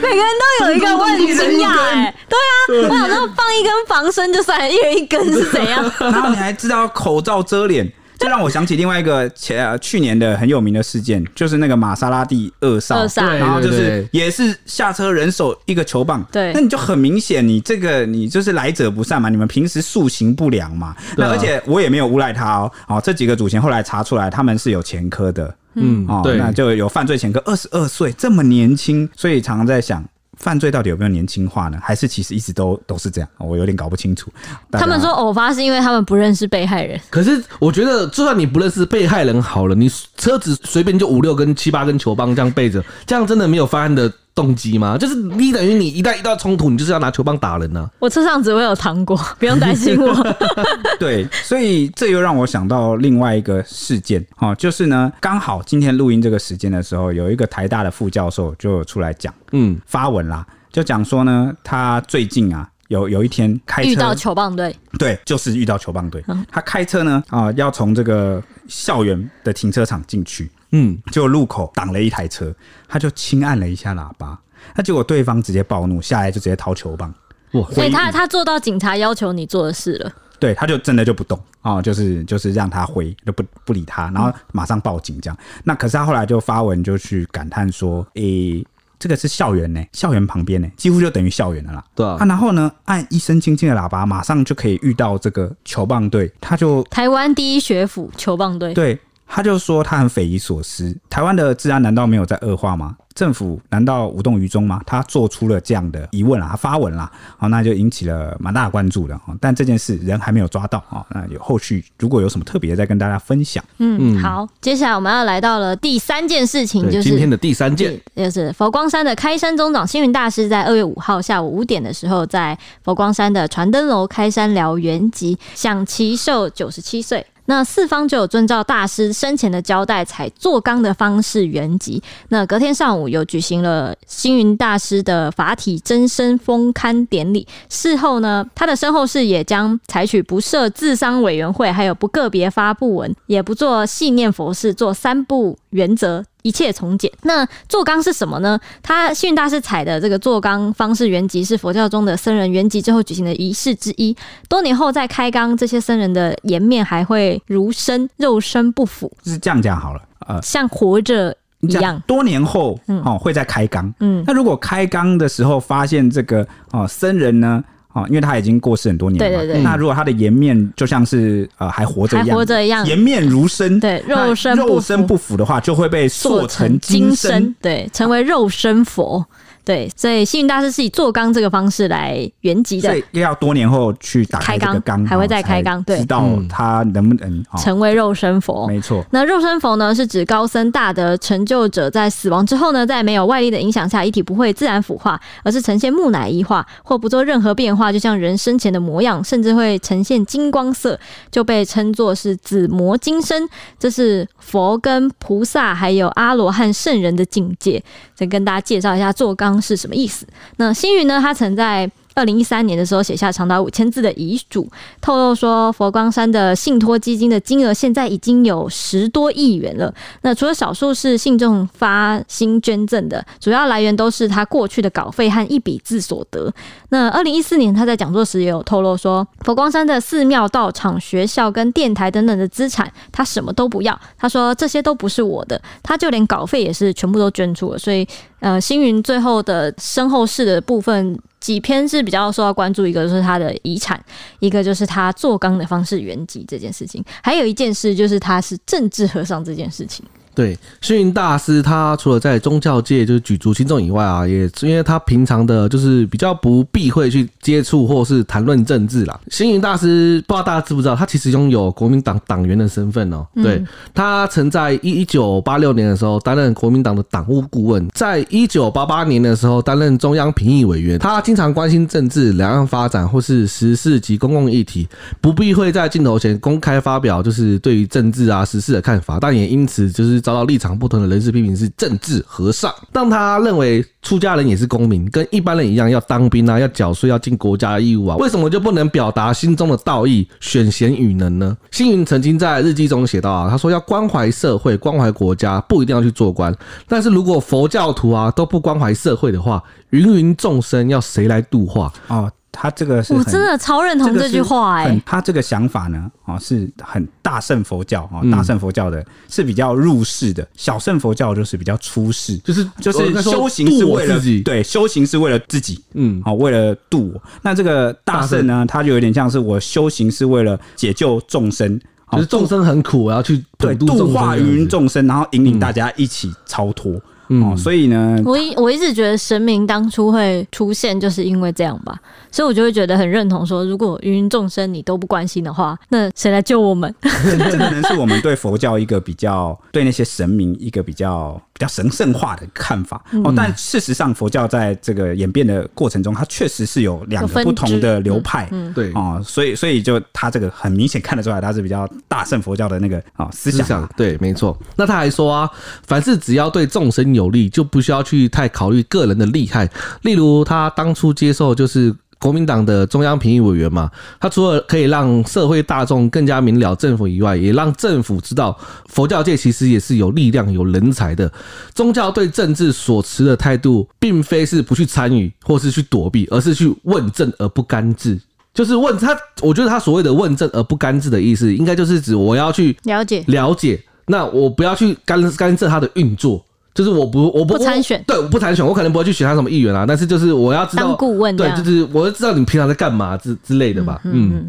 Speaker 2: 每个人都有一个，我很惊讶哎。对啊，我想说放一根防身就算了，一人一根是怎样？
Speaker 3: 然后你还知道口罩遮脸，这让我想起另外一个前、呃、去年的很有名的事件，就是那个玛莎拉蒂二 [laughs] 少，
Speaker 2: 二少对
Speaker 3: 然后就
Speaker 1: 对
Speaker 3: 是
Speaker 1: 对
Speaker 3: 也是下车人手一个球棒，
Speaker 2: 对
Speaker 3: 那你就很明显，你这个你就是来者不善嘛，你们平时塑形不良嘛，
Speaker 1: 对
Speaker 3: 那
Speaker 1: 啊
Speaker 3: 而且我也没有诬赖他哦，哦，这几个主嫌后来查出来他们是有前科的。
Speaker 1: 嗯
Speaker 3: 哦，
Speaker 1: 对，
Speaker 3: 那就有犯罪前科，二十二岁这么年轻，所以常常在想，犯罪到底有没有年轻化呢？还是其实一直都都是这样？哦我有点搞不清楚。大家
Speaker 2: 他们说偶发是因为他们不认识被害人，
Speaker 1: 可是我觉得，就算你不认识被害人好了，你车子随便就五六根、七八根球棒这样背着，这样真的没有犯案的动机吗？就是你等于你一旦遇到冲突，你就是要拿球棒打人啊呢、
Speaker 2: 我车上只会有糖果，不用担心我。
Speaker 3: [laughs] 对，所以这又让我想到另外一个事件哦，就是呢，刚好今天录音这个时间的时候，有一个台大的副教授就有出来讲
Speaker 1: 嗯，
Speaker 3: 发文啦，就讲说呢，他最近啊。有有一天开车
Speaker 2: 遇到球嗯棒队，
Speaker 3: 对，就是遇到球棒队，他开车呢啊、要从这个校园的停车场进去，
Speaker 1: 嗯，
Speaker 3: 就路口挡了一台车，他就轻按了一下喇叭，那结果对方直接暴怒，下来就直接掏球棒，
Speaker 1: 哇，
Speaker 2: 所以他他做到警察要求你做的事了。
Speaker 3: 对，他就真的就不动啊、哦，就是就是让他挥，就不不理他，然后马上报警这样。那可是他后来就发文就去感叹说，诶、这个是校园呢、校园旁边呢、几乎就等于校园了啦。
Speaker 1: 对啊
Speaker 3: 啊，然后呢，按一声轻轻的喇叭，马上就可以遇到这个球棒队，他就
Speaker 2: 台湾第一学府球棒队，
Speaker 3: 对，他就说他很匪夷所思，台湾的治安难道没有在恶化吗？政府难道无动于衷吗？他做出了这样的疑问啦，啊他发文啦，好、那就引起了蛮大的关注的哦。但这件事人还没有抓到啊、哦，那有后续如果有什么特别，再跟大家分享。
Speaker 2: 嗯，好，接下来我们要来到了第三件事情，
Speaker 1: 对，
Speaker 2: 就
Speaker 1: 今天
Speaker 2: 是
Speaker 1: 的第三件，
Speaker 2: 就是佛光山的开山宗长星云大师在二月五号下午五点的时候，在佛光山的传灯楼开山疗原集，享其寿九十七岁。那四方就有遵照大师生前的交代，采坐缸的方式圆寂。那隔天上午有举行了星云大师的法体真身封龛典礼。事后呢，他的身后事也将采取不设治丧委员会，还有不个别发布文，也不做系念佛事，做三不原则。一切从简。那坐缸是什么呢？他星云大师采的这个坐缸方式原籍是佛教中的僧人原籍之后举行的仪式之一。多年后再开缸，这些僧人的颜面还会如生，肉身不腐，
Speaker 3: 就是这样讲好了，呃，
Speaker 2: 像活着一
Speaker 3: 这
Speaker 2: 样。
Speaker 3: 多年后哦会再开缸。
Speaker 2: 嗯，
Speaker 3: 那如果开缸的时候发现这个哦僧人呢？哦，因为他已经过世很多年了嘛，
Speaker 2: 对对对
Speaker 3: 那如果他的颜面就像是呃还活着一
Speaker 2: 还
Speaker 3: 样，
Speaker 2: 活着一样
Speaker 3: 颜面如生，
Speaker 2: 对
Speaker 3: 那
Speaker 2: 肉身不
Speaker 3: 肉身
Speaker 2: 腐
Speaker 3: 不腐的话，就会被
Speaker 2: 做
Speaker 3: 塑成金身。，
Speaker 2: 对，成为肉身佛。对，所以星云大师是以坐缸这个方式来圆寂
Speaker 3: 所
Speaker 2: 的，
Speaker 3: 以要多年后去打开这
Speaker 2: 开
Speaker 3: 个
Speaker 2: 缸
Speaker 3: 缸，
Speaker 2: 还会
Speaker 3: 哦
Speaker 2: 再开缸
Speaker 3: 才
Speaker 2: 对
Speaker 3: 知道
Speaker 1: 嗯
Speaker 3: 他能不能哦，
Speaker 2: 成为肉身佛。
Speaker 3: 没错，
Speaker 2: 那肉身佛呢，是指高僧大德成就者在死亡之后呢，在没有外力的影响下，遗体不会自然腐化，而是呈现木乃伊化，或不做任何变化，就像人生前的模样，甚至会呈现金光色，就被称作是紫魔金身。这是佛跟菩萨还有阿罗汉圣人的境界。再跟大家介绍一下坐缸是什么意思。那星云呢，他曾在二零一三年的时候写下长达五千字的遗嘱，透露说佛光山的信托基金的金额现在已经有十多亿元了。那除了少数是信众发心捐赠的，主要来源都是他过去的稿费和一笔字所得。那二零一四年他在讲座时也有透露说，佛光山的寺庙、道场、学校跟电台等等的资产，他什么都不要。他说这些都不是我的，他就连稿费也是全部都捐出了，所以呃，星云最后的身后事的部分，几篇是比较受到关注，一个就是他的遗产，一个就是他做缸的方式原籍这件事情，还有一件事就是他是政治和尚这件事情。
Speaker 1: 对，星云大师他除了在宗教界就是举足轻重以外啊，也因为他平常的就是比较不避讳去接触或是谈论政治啦。星云大师不知道大家知不知道，他其实拥有国民党党员的身份哦、对，他曾在一一九八六年的时候担任国民党的党务顾问，在一九八八年的时候担任中央评议委员。他经常关心政治、两岸发展或是时事及公共议题，不避讳在镜头前公开发表就是对于政治啊时事的看法，但也因此就是遭到立场不同的人士批评是政治和尚，让他认为出家人也是公民，跟一般人一样要当兵啊，要缴税，要尽国家的义务啊，为什么就不能表达心中的道义，选贤与能呢？星云曾经在日记中写到啊，他说要关怀社会，关怀国家，不一定要去做官，但是如果佛教徒啊都不关怀社会的话，芸芸众生要谁来度化？
Speaker 3: 哦，他这个是
Speaker 2: 我
Speaker 3: 很
Speaker 2: 真的超认同
Speaker 3: 个
Speaker 2: 这句
Speaker 3: 是
Speaker 2: 话哎、
Speaker 3: 很他这个想法呢，哦，是很大乘佛教
Speaker 2: 嗯
Speaker 3: 哦，大乘佛教的是比较入世的，小乘佛教就是比较出世，
Speaker 1: 就是
Speaker 3: 就是修行是为了
Speaker 1: 自己，
Speaker 3: 对，修行是为了自己，
Speaker 1: 嗯，
Speaker 3: 好、为了度我。那这个大圣呢，它就有点像是我修行是为了解救众生，好
Speaker 1: 就是众生很苦，我要去
Speaker 3: 对
Speaker 1: 普度众
Speaker 3: 度
Speaker 1: 生
Speaker 3: 化
Speaker 1: 这样子嗯
Speaker 3: 芸，众生，然后引领大家一起超脱。哦，所以呢，
Speaker 2: 我一我一直觉得神明当初会出现，就是因为这样吧，所以我就会觉得很认同说，如果芸芸众生你都不关心的话，那谁来救我们？
Speaker 3: 这可能是我们对佛教一个比较，对那些神明一个比较比较神圣化的看法
Speaker 2: 嗯
Speaker 3: 哦。但事实上，佛教在这个演变的过程中，它确实是有两
Speaker 2: 有
Speaker 3: 个
Speaker 2: 分
Speaker 3: 不同
Speaker 2: 支嗯
Speaker 3: 的流派。
Speaker 1: 对，
Speaker 3: 哦，所以所以就他这个很明显看得出来，他是比较大圣佛教的那个啊、哦、思
Speaker 1: 思
Speaker 3: 想
Speaker 1: 想
Speaker 3: 啊。
Speaker 1: 对，没错。那他还说啊，凡事只要对众生有利，就不需要去太考虑个人的利害。例如，他当初接受就是。国民党的中央评议委员嘛，他除了可以让社会大众更加明了政府以外，也让政府知道佛教界其实也是有力量、有人才的。宗教对政治所持的态度，并非是不去参与或是去躲避，而是去问政而不干治。就是问他，我觉得他所谓的问政而不干治的意思，应该就是指我要去
Speaker 2: 了解，
Speaker 1: 了解，那我不要去干干涉他的运作，就是我不我不
Speaker 2: 不参选
Speaker 1: 我对，我不参选，我可能不会去选他什么议员啊，但是就是我要知道
Speaker 2: 当顾问这
Speaker 1: 对，
Speaker 2: 样
Speaker 1: 就是我要知道你平常在干嘛之之类的吧，嗯。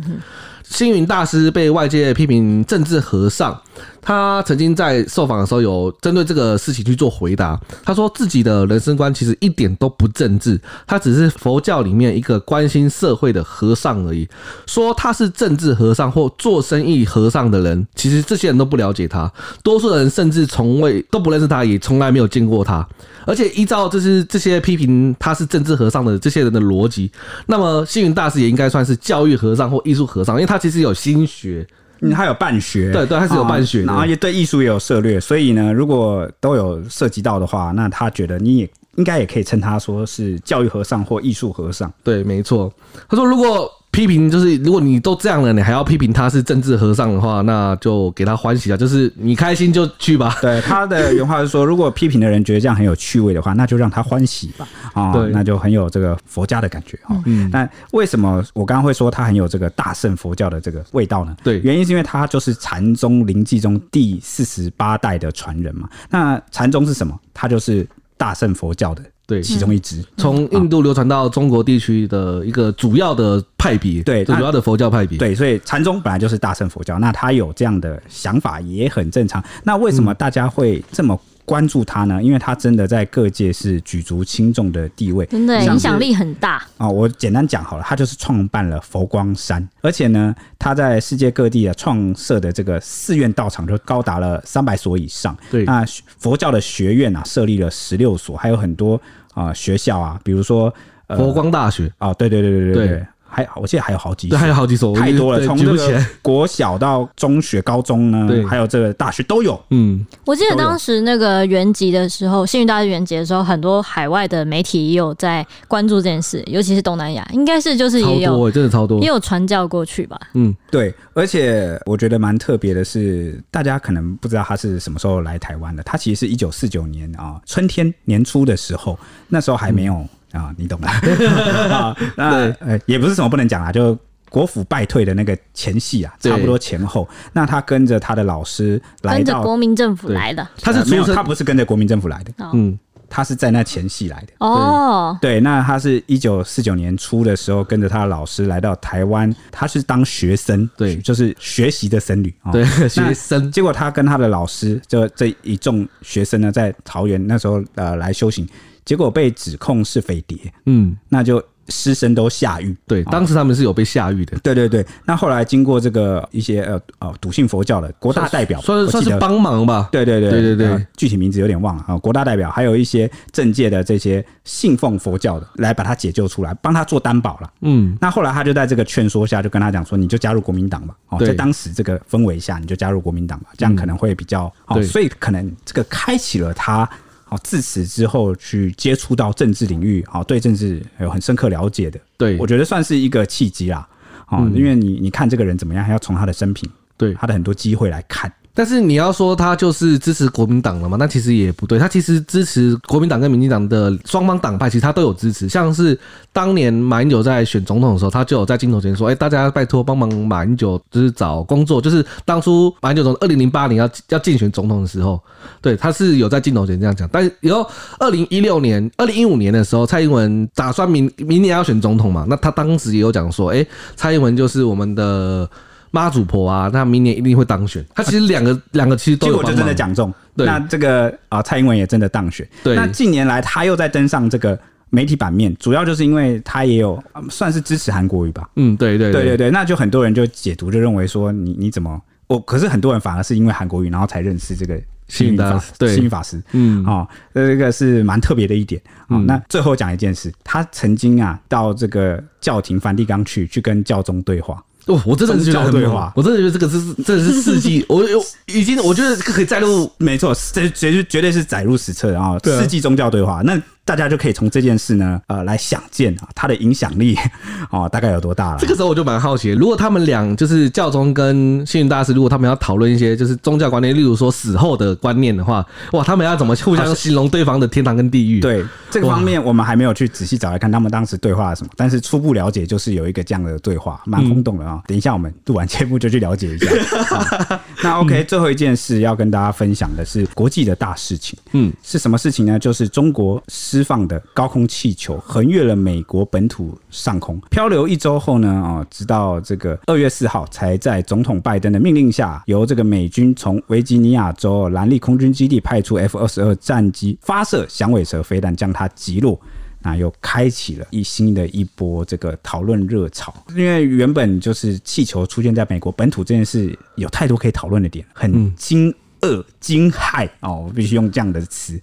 Speaker 1: 星云大师被外界批评政治和尚，他曾经在受访的时候有针对这个事情去做回答。他说自己的人生观其实一点都不政治，他只是佛教里面一个关心社会的和尚而已。说他是政治和尚或做生意和尚的人，其实这些人都不了解他，多数人甚至从未都不认识他，也从来没有见过他。而且依照就是这些批评他是政治和尚的这些人的逻辑，那么星云大师也应该算是教育和尚或艺术和尚，因为他其实有心学。
Speaker 3: 嗯，他有办学，啊
Speaker 1: 对对他是有办学的
Speaker 3: 然后也对艺术也有涉略，所以呢，如果都有涉及到的话，那他觉得你也应该也可以称他说是教育和尚或艺术和尚。
Speaker 1: 对，没错。他说，如果批评就是如果你都这样了，你还要批评他是政治和尚的话，那就给他欢喜啊，就是你开心就去吧。
Speaker 3: 对，他的原话是说，如果批评的人觉得这样很有趣味的话，那就让他欢喜 [laughs] 吧，啊、
Speaker 1: 对
Speaker 3: 那就很有这个佛家的感觉哈。那为什么我刚刚会说他很有这个大圣佛教的这个味道呢？
Speaker 1: 对
Speaker 3: 原因是因为他就是禅宗临济宗第四十八代的传人嘛。那禅宗是什么？它就是大圣佛教的
Speaker 1: 对，
Speaker 3: 其中一嗯支。
Speaker 1: 从印度流传到中国地区的一个主要的派别，
Speaker 3: 对
Speaker 1: 主
Speaker 3: 那
Speaker 1: 要的佛教派别。
Speaker 3: 对，所以禅宗本来就是大乘佛教，那他有这样的想法也很正常。那为
Speaker 1: 嗯
Speaker 3: 什么大家会这么关注他呢？因为他真的在各界是举足轻重的地位，
Speaker 2: [laughs] 真的欸影
Speaker 3: 像是
Speaker 2: 响力很大。
Speaker 3: 啊、我简单讲好了，他就是创办了佛光山，而且呢，他在世界各地啊创设的这个寺院道场就高达了三百所以上。
Speaker 1: 对
Speaker 3: 那佛教的学院啊设立了十六所，还有很多啊、学校啊，比如说呃
Speaker 1: 佛光大学，
Speaker 3: 啊、对对对对对
Speaker 1: 对
Speaker 3: 对，还我记得还有好几
Speaker 1: 对，
Speaker 3: 所
Speaker 1: 还。有好几所，我
Speaker 3: 太多了，
Speaker 1: 对
Speaker 3: 从
Speaker 1: 举
Speaker 3: 这
Speaker 1: 不起
Speaker 3: 个
Speaker 1: 来。
Speaker 3: 国小到中学、高中呢
Speaker 1: 对，
Speaker 3: 还有这个大学都有。
Speaker 1: 嗯，
Speaker 2: 我记得
Speaker 3: 都有
Speaker 2: 当时那个原籍的时候，幸运大师原籍的时候，很多海外的媒体也有在关注这件事，尤其是东南亚，应该是就是
Speaker 1: 超
Speaker 2: 也有
Speaker 1: 多，真的超多
Speaker 2: 也。有传教过去吧。
Speaker 1: 嗯，
Speaker 3: 对，而且我觉得蛮特别的是，大家可能不知道他是什么时候来台湾的。他其实是一九四九年啊、春天年初的时候，那时候还没有
Speaker 1: 嗯
Speaker 3: 啊、你懂的。 [laughs] 啊，那呃也不是什么不能讲啊，就。国府败退的那个前夕啊，
Speaker 1: 对
Speaker 3: 差不多前后，那他跟着他的老师来
Speaker 2: 跟着
Speaker 3: 到，呃
Speaker 2: 国民政府来的。
Speaker 1: 他是
Speaker 3: 呃没
Speaker 1: 出
Speaker 3: 有，
Speaker 1: 生
Speaker 3: 他，不是跟着国民政府来的，
Speaker 2: 哦
Speaker 1: 嗯，
Speaker 3: 他是在那前夕来的。
Speaker 2: 哦，
Speaker 3: 对，那他是一九四九年初的时候，跟着他的老师来到台湾，他是当学生，
Speaker 1: 对
Speaker 3: 就是学习的僧侣啊。
Speaker 1: 对，
Speaker 3: 那
Speaker 1: [laughs] 学生，
Speaker 3: 结果他跟他的老师，这这一众学生呢，在桃园那时候呃来修行，结果被指控是匪谍，
Speaker 1: 嗯，
Speaker 3: 那就师生都下狱。
Speaker 1: 对，当时他们是有被下狱的，
Speaker 3: 对对对，那后来经过这个一些呃呃笃信佛教的国大代表，
Speaker 1: 算
Speaker 3: 我
Speaker 1: 是
Speaker 3: 记
Speaker 1: 算是
Speaker 3: 得
Speaker 1: 帮忙吧。
Speaker 3: 对对对
Speaker 1: 对对对
Speaker 3: 呃具体名字有点忘了啊。国大代表还有一些政界的这些信奉佛教的，来把他解救出来，帮他做担保了。
Speaker 1: 嗯，
Speaker 3: 那后来他就在这个劝说下，就跟他讲说，你就加入国民党吧。哦，
Speaker 1: 对嗯
Speaker 3: 在当时这个氛围下，你就加入国民党吧，这样可能会比较好、
Speaker 1: 对
Speaker 3: 所以可能这个开启了他。好，自此之后去接触到政治领域，好，对政治有很深刻了解的，
Speaker 1: 对嗯
Speaker 3: 我觉得算是一个契机啦。哦，因为你你看这个人怎么样，还要从他的生平、
Speaker 1: 对。
Speaker 3: 他的很多机会来看。
Speaker 1: 但是你要说他就是支持国民党了嘛？那其实也不对，他其实支持国民党跟民进党的双方党派，其实他都有支持。像是当年马英九在选总统的时候，他就有在镜头前说：“哎、大家拜托帮忙马英九，就是找工作。”就是当初马英九从二零零八年要要竞选总统的时候，对，他是有在镜头前这样讲。但是以后二零一六年、二零一五年的时候，蔡英文打算明明年要选总统嘛，那他当时也有讲说：“哎、蔡英文就是我们的。”妈祖婆啊，那明年一定会当选。他其实两个两个其实都
Speaker 3: 结
Speaker 1: 有
Speaker 3: 果
Speaker 1: 帮
Speaker 3: 就
Speaker 1: 忙
Speaker 3: 真的讲中。
Speaker 1: 对
Speaker 3: 那这个啊，蔡英文也真的当选。
Speaker 1: 对
Speaker 3: 那近年来他又在登上这个媒体版面，主要就是因为他也有嗯算是支持韩国瑜吧。
Speaker 1: 嗯，对对
Speaker 3: 对对
Speaker 1: 对
Speaker 3: 对，那就很多人就解读就认为说你你怎么我，可是很多人反而是因为韩国瑜，然后才认识这个
Speaker 1: 幸运
Speaker 3: 幸运
Speaker 1: 大
Speaker 3: 法
Speaker 1: 师对
Speaker 3: 幸运法师。
Speaker 1: 嗯
Speaker 3: 哦，这个是蛮特别的一点啊、哦那最后讲一件事，他曾经啊到这个教廷梵蒂冈去去跟教宗对话，
Speaker 1: 我我真的是觉得很
Speaker 3: 宗教对
Speaker 1: 猛
Speaker 3: 话，
Speaker 1: 我真的觉得这个是真的是世
Speaker 3: [laughs]
Speaker 1: 纪，我有已经我觉得这个可以载入
Speaker 3: 没错，这绝对绝对是载入史册啊、
Speaker 1: 对啊
Speaker 3: 世纪宗教对话，那大家就可以从这件事呢，呃，来想见啊，它的影响力 [laughs] 哦，大概有多大了
Speaker 1: 这？个时候我就蛮好奇的，如果他们俩就是教宗跟幸运大师，如果他们要讨论一些就是宗教观念，例如说死后的观念的话，哇，他们要怎么互相形容对方的天堂跟地狱？，
Speaker 3: 对这个方面，我们还没有去仔细找来看他们当时对话了什么，但是初步了解就是有一个这样的对话，蛮轰动的
Speaker 1: 嗯
Speaker 3: 啊、等一下我们录完节目就去了解一
Speaker 1: [laughs]
Speaker 3: 下。嗯那 OK，最后一件事要跟大家分享的是国际的大事情，
Speaker 1: 嗯，
Speaker 3: 是什么事情呢？就是中国释放的高空气球横越了美国本土上空，漂流一周后呢，啊，直到这个二月四号才在总统拜登的命令下，由这个美军从维吉尼亚州兰利空军基地派出 F 二十二战机发射响尾蛇飞弹，将它击落。那又开启了一新的一波这个讨论热潮，因为原本就是气球出现在美国本土这件事，有太多可以讨论的点，很惊愕、惊骇哦，我必须用这样的词。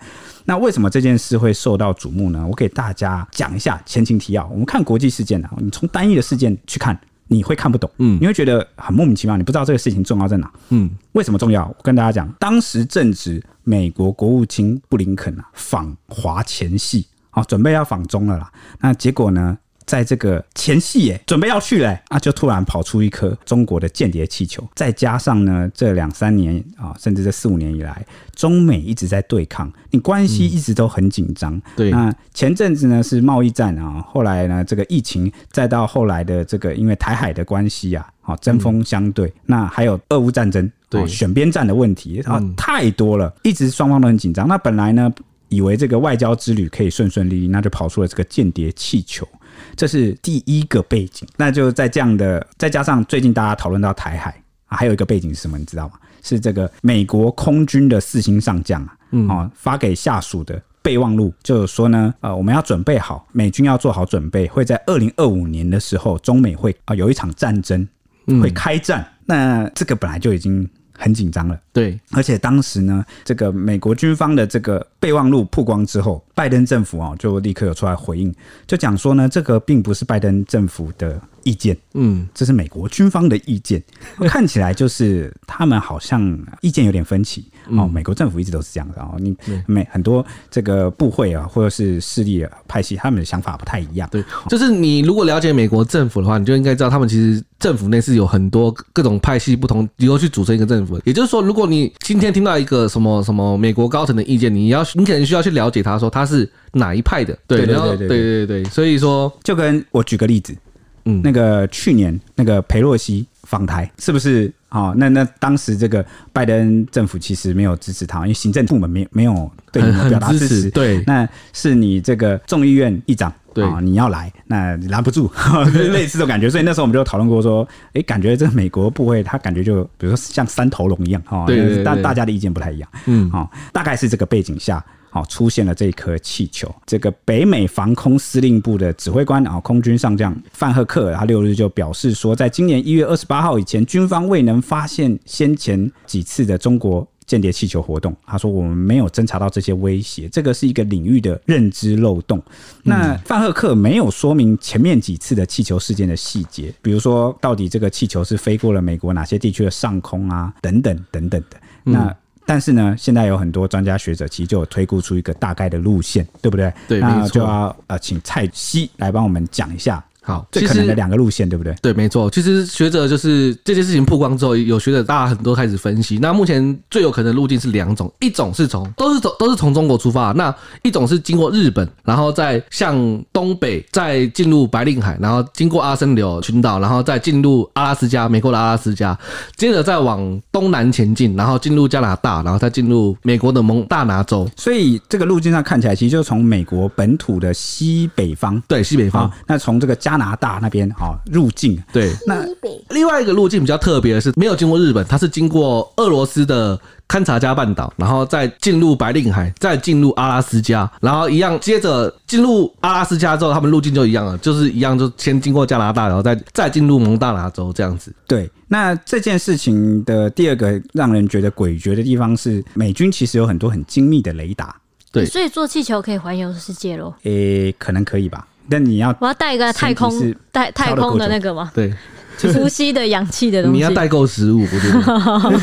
Speaker 3: 那为什么这件事会受到瞩目呢？我给大家讲一下前情提要。我们看国际事件啊，你从单一的事件去看，你会看不懂，嗯，你会觉得很莫名其妙，你不知道这个事情重要在哪。
Speaker 1: 嗯，
Speaker 3: 为什么重要？我跟大家讲，当时正值美国国务卿布林肯啊访华前夕，好、准备要访中了啦。那结果呢，在这个前夕耶，准备要去嘞、啊，就突然跑出一颗中国的间谍气球。再加上呢，这两三年啊，甚至这四五年以来，中美一直在对抗，你关系一直都很紧张。
Speaker 1: 对
Speaker 3: 那前阵子呢是贸易战啊，后来呢这个疫情，再到后来的这个因为台海的关系啊，好针锋相对，那还有俄乌战争，
Speaker 1: 对
Speaker 3: 哦选边站的问题啊
Speaker 1: 嗯
Speaker 3: 太多了，一直双方都很紧张。那本来呢以为这个外交之旅可以顺顺利利，那就跑出了这个间谍气球。这是第一个背景，那就在这样的，再加上最近大家讨论到台海啊，还有一个背景是什么，你知道吗？是这个美国空军的四星上将啊，
Speaker 1: 嗯
Speaker 3: 哦，发给下属的备忘录，就是说呢，呃，我们要准备好，美军要做好准备，会在二零二五年的时候，中美会啊、有一场战争会开战，那这个本来就已经很紧张了。
Speaker 1: 对，
Speaker 3: 而且当时呢，这个美国军方的这个备忘录曝光之后，拜登政府啊、就立刻有出来回应，就讲说呢，这个并不是拜登政府的意见，
Speaker 1: 嗯，
Speaker 3: 这是美国军方的意见，看起来就是他们好像意见有点分歧哦。美国政府一直都是这样的哦，你美很多这个部会啊，或者是势力啊派系，他们的想法不太一样。
Speaker 1: 对，就是你如果了解美国政府的话，你就应该知道他们其实政府内是有很多各种派系不同，以后去组成一个政府的。也就是说，如果你今天听到一个什么什么美国高层的意见，你要你可能需要去了解他说他是哪一派的，对，
Speaker 3: 对对
Speaker 1: 然后
Speaker 3: 对对
Speaker 1: 对对对，所以说
Speaker 3: 就跟我举个例子，
Speaker 1: 嗯
Speaker 3: 那个去年那个佩洛西访台，是不是？哦，那那当时这个拜登政府其实没有支持他，因为行政部门没没有对你
Speaker 1: 很
Speaker 3: 们
Speaker 1: 很
Speaker 3: 表达
Speaker 1: 支
Speaker 3: 支持，
Speaker 1: 持，对，
Speaker 3: 那是你这个众议院议长。
Speaker 1: 对
Speaker 3: 啊、你要来，那你拦不住， [laughs] 哦类似这种感觉。所以那时候我们就讨论过说，哎、感觉这个美国部会，他感觉就比如说像三头龙一样，哦，
Speaker 1: 对对对
Speaker 3: 大
Speaker 1: 对
Speaker 3: 大家的意见不太一样，
Speaker 1: 嗯
Speaker 3: 哦，大概是这个背景下，哦，出现了这一颗气球。这个北美防空司令部的指挥官啊、哦空军上将范赫克尔，他六日就表示说，在今年一月二十八号以前，军方未能发现先前几次的中国间谍气球活动。他说我们没有侦查到这些威胁，这个是一个领域的认知漏洞。那范赫克没有说明前面几次的气球事件的细节，比如说到底这个气球是飞过了美国哪些地区的上空啊，等等等等的。那、
Speaker 1: 嗯
Speaker 3: 但是呢，现在有很多专家学者其实就有推估出一个大概的路线，对不对？
Speaker 1: 对没
Speaker 3: 那
Speaker 1: 错
Speaker 3: 就要呃，请蔡西来帮我们讲一下
Speaker 1: 好，
Speaker 3: 最
Speaker 1: 其
Speaker 3: 可能的
Speaker 1: 实。
Speaker 3: 两个路线，对不对？
Speaker 1: 对，没错。其实学者就是这件事情曝光之后，有学者大家很多开始分析。那目前最有可能的路径是两种，一种是从都是从都是从中国出发，那一种是经过日本，然后再向东北，再进入白令海，然后经过阿森柳群岛，然后再进入阿拉斯加，美国的阿拉斯加，接着再往东南前进，然后进入加拿大，然后再进入美国的蒙大拿州，
Speaker 3: 所以这个路径上看起来，其实就从美国本土的西北方
Speaker 1: 对，西北方。
Speaker 3: 啊，那从这个加加拿大那边啊、哦入境，
Speaker 1: 对，
Speaker 3: 那
Speaker 1: 另外一个路径比较特别的是，没有经过日本，它是经过俄罗斯的勘察加半岛，然后再进入白令海，再进入阿拉斯加，然后一样接着进入阿拉斯加之后，他们路径就一样了，就是一样就先经过加拿大，然后再再进入蒙大拿州这样子。
Speaker 3: 对，那这件事情的第二个让人觉得诡谲的地方是，美军其实有很多很精密的雷达，
Speaker 1: 对
Speaker 2: 所以坐气球可以环游世界咯。
Speaker 3: 诶、可能可以吧，但你
Speaker 2: [laughs]
Speaker 3: 要
Speaker 2: 我要带一个太空
Speaker 3: 前提是
Speaker 2: 带太空的那个嘛，
Speaker 1: 对，
Speaker 2: 呼吸的氧气的东西。
Speaker 1: 你要代购食物，我觉
Speaker 3: [laughs]
Speaker 1: 得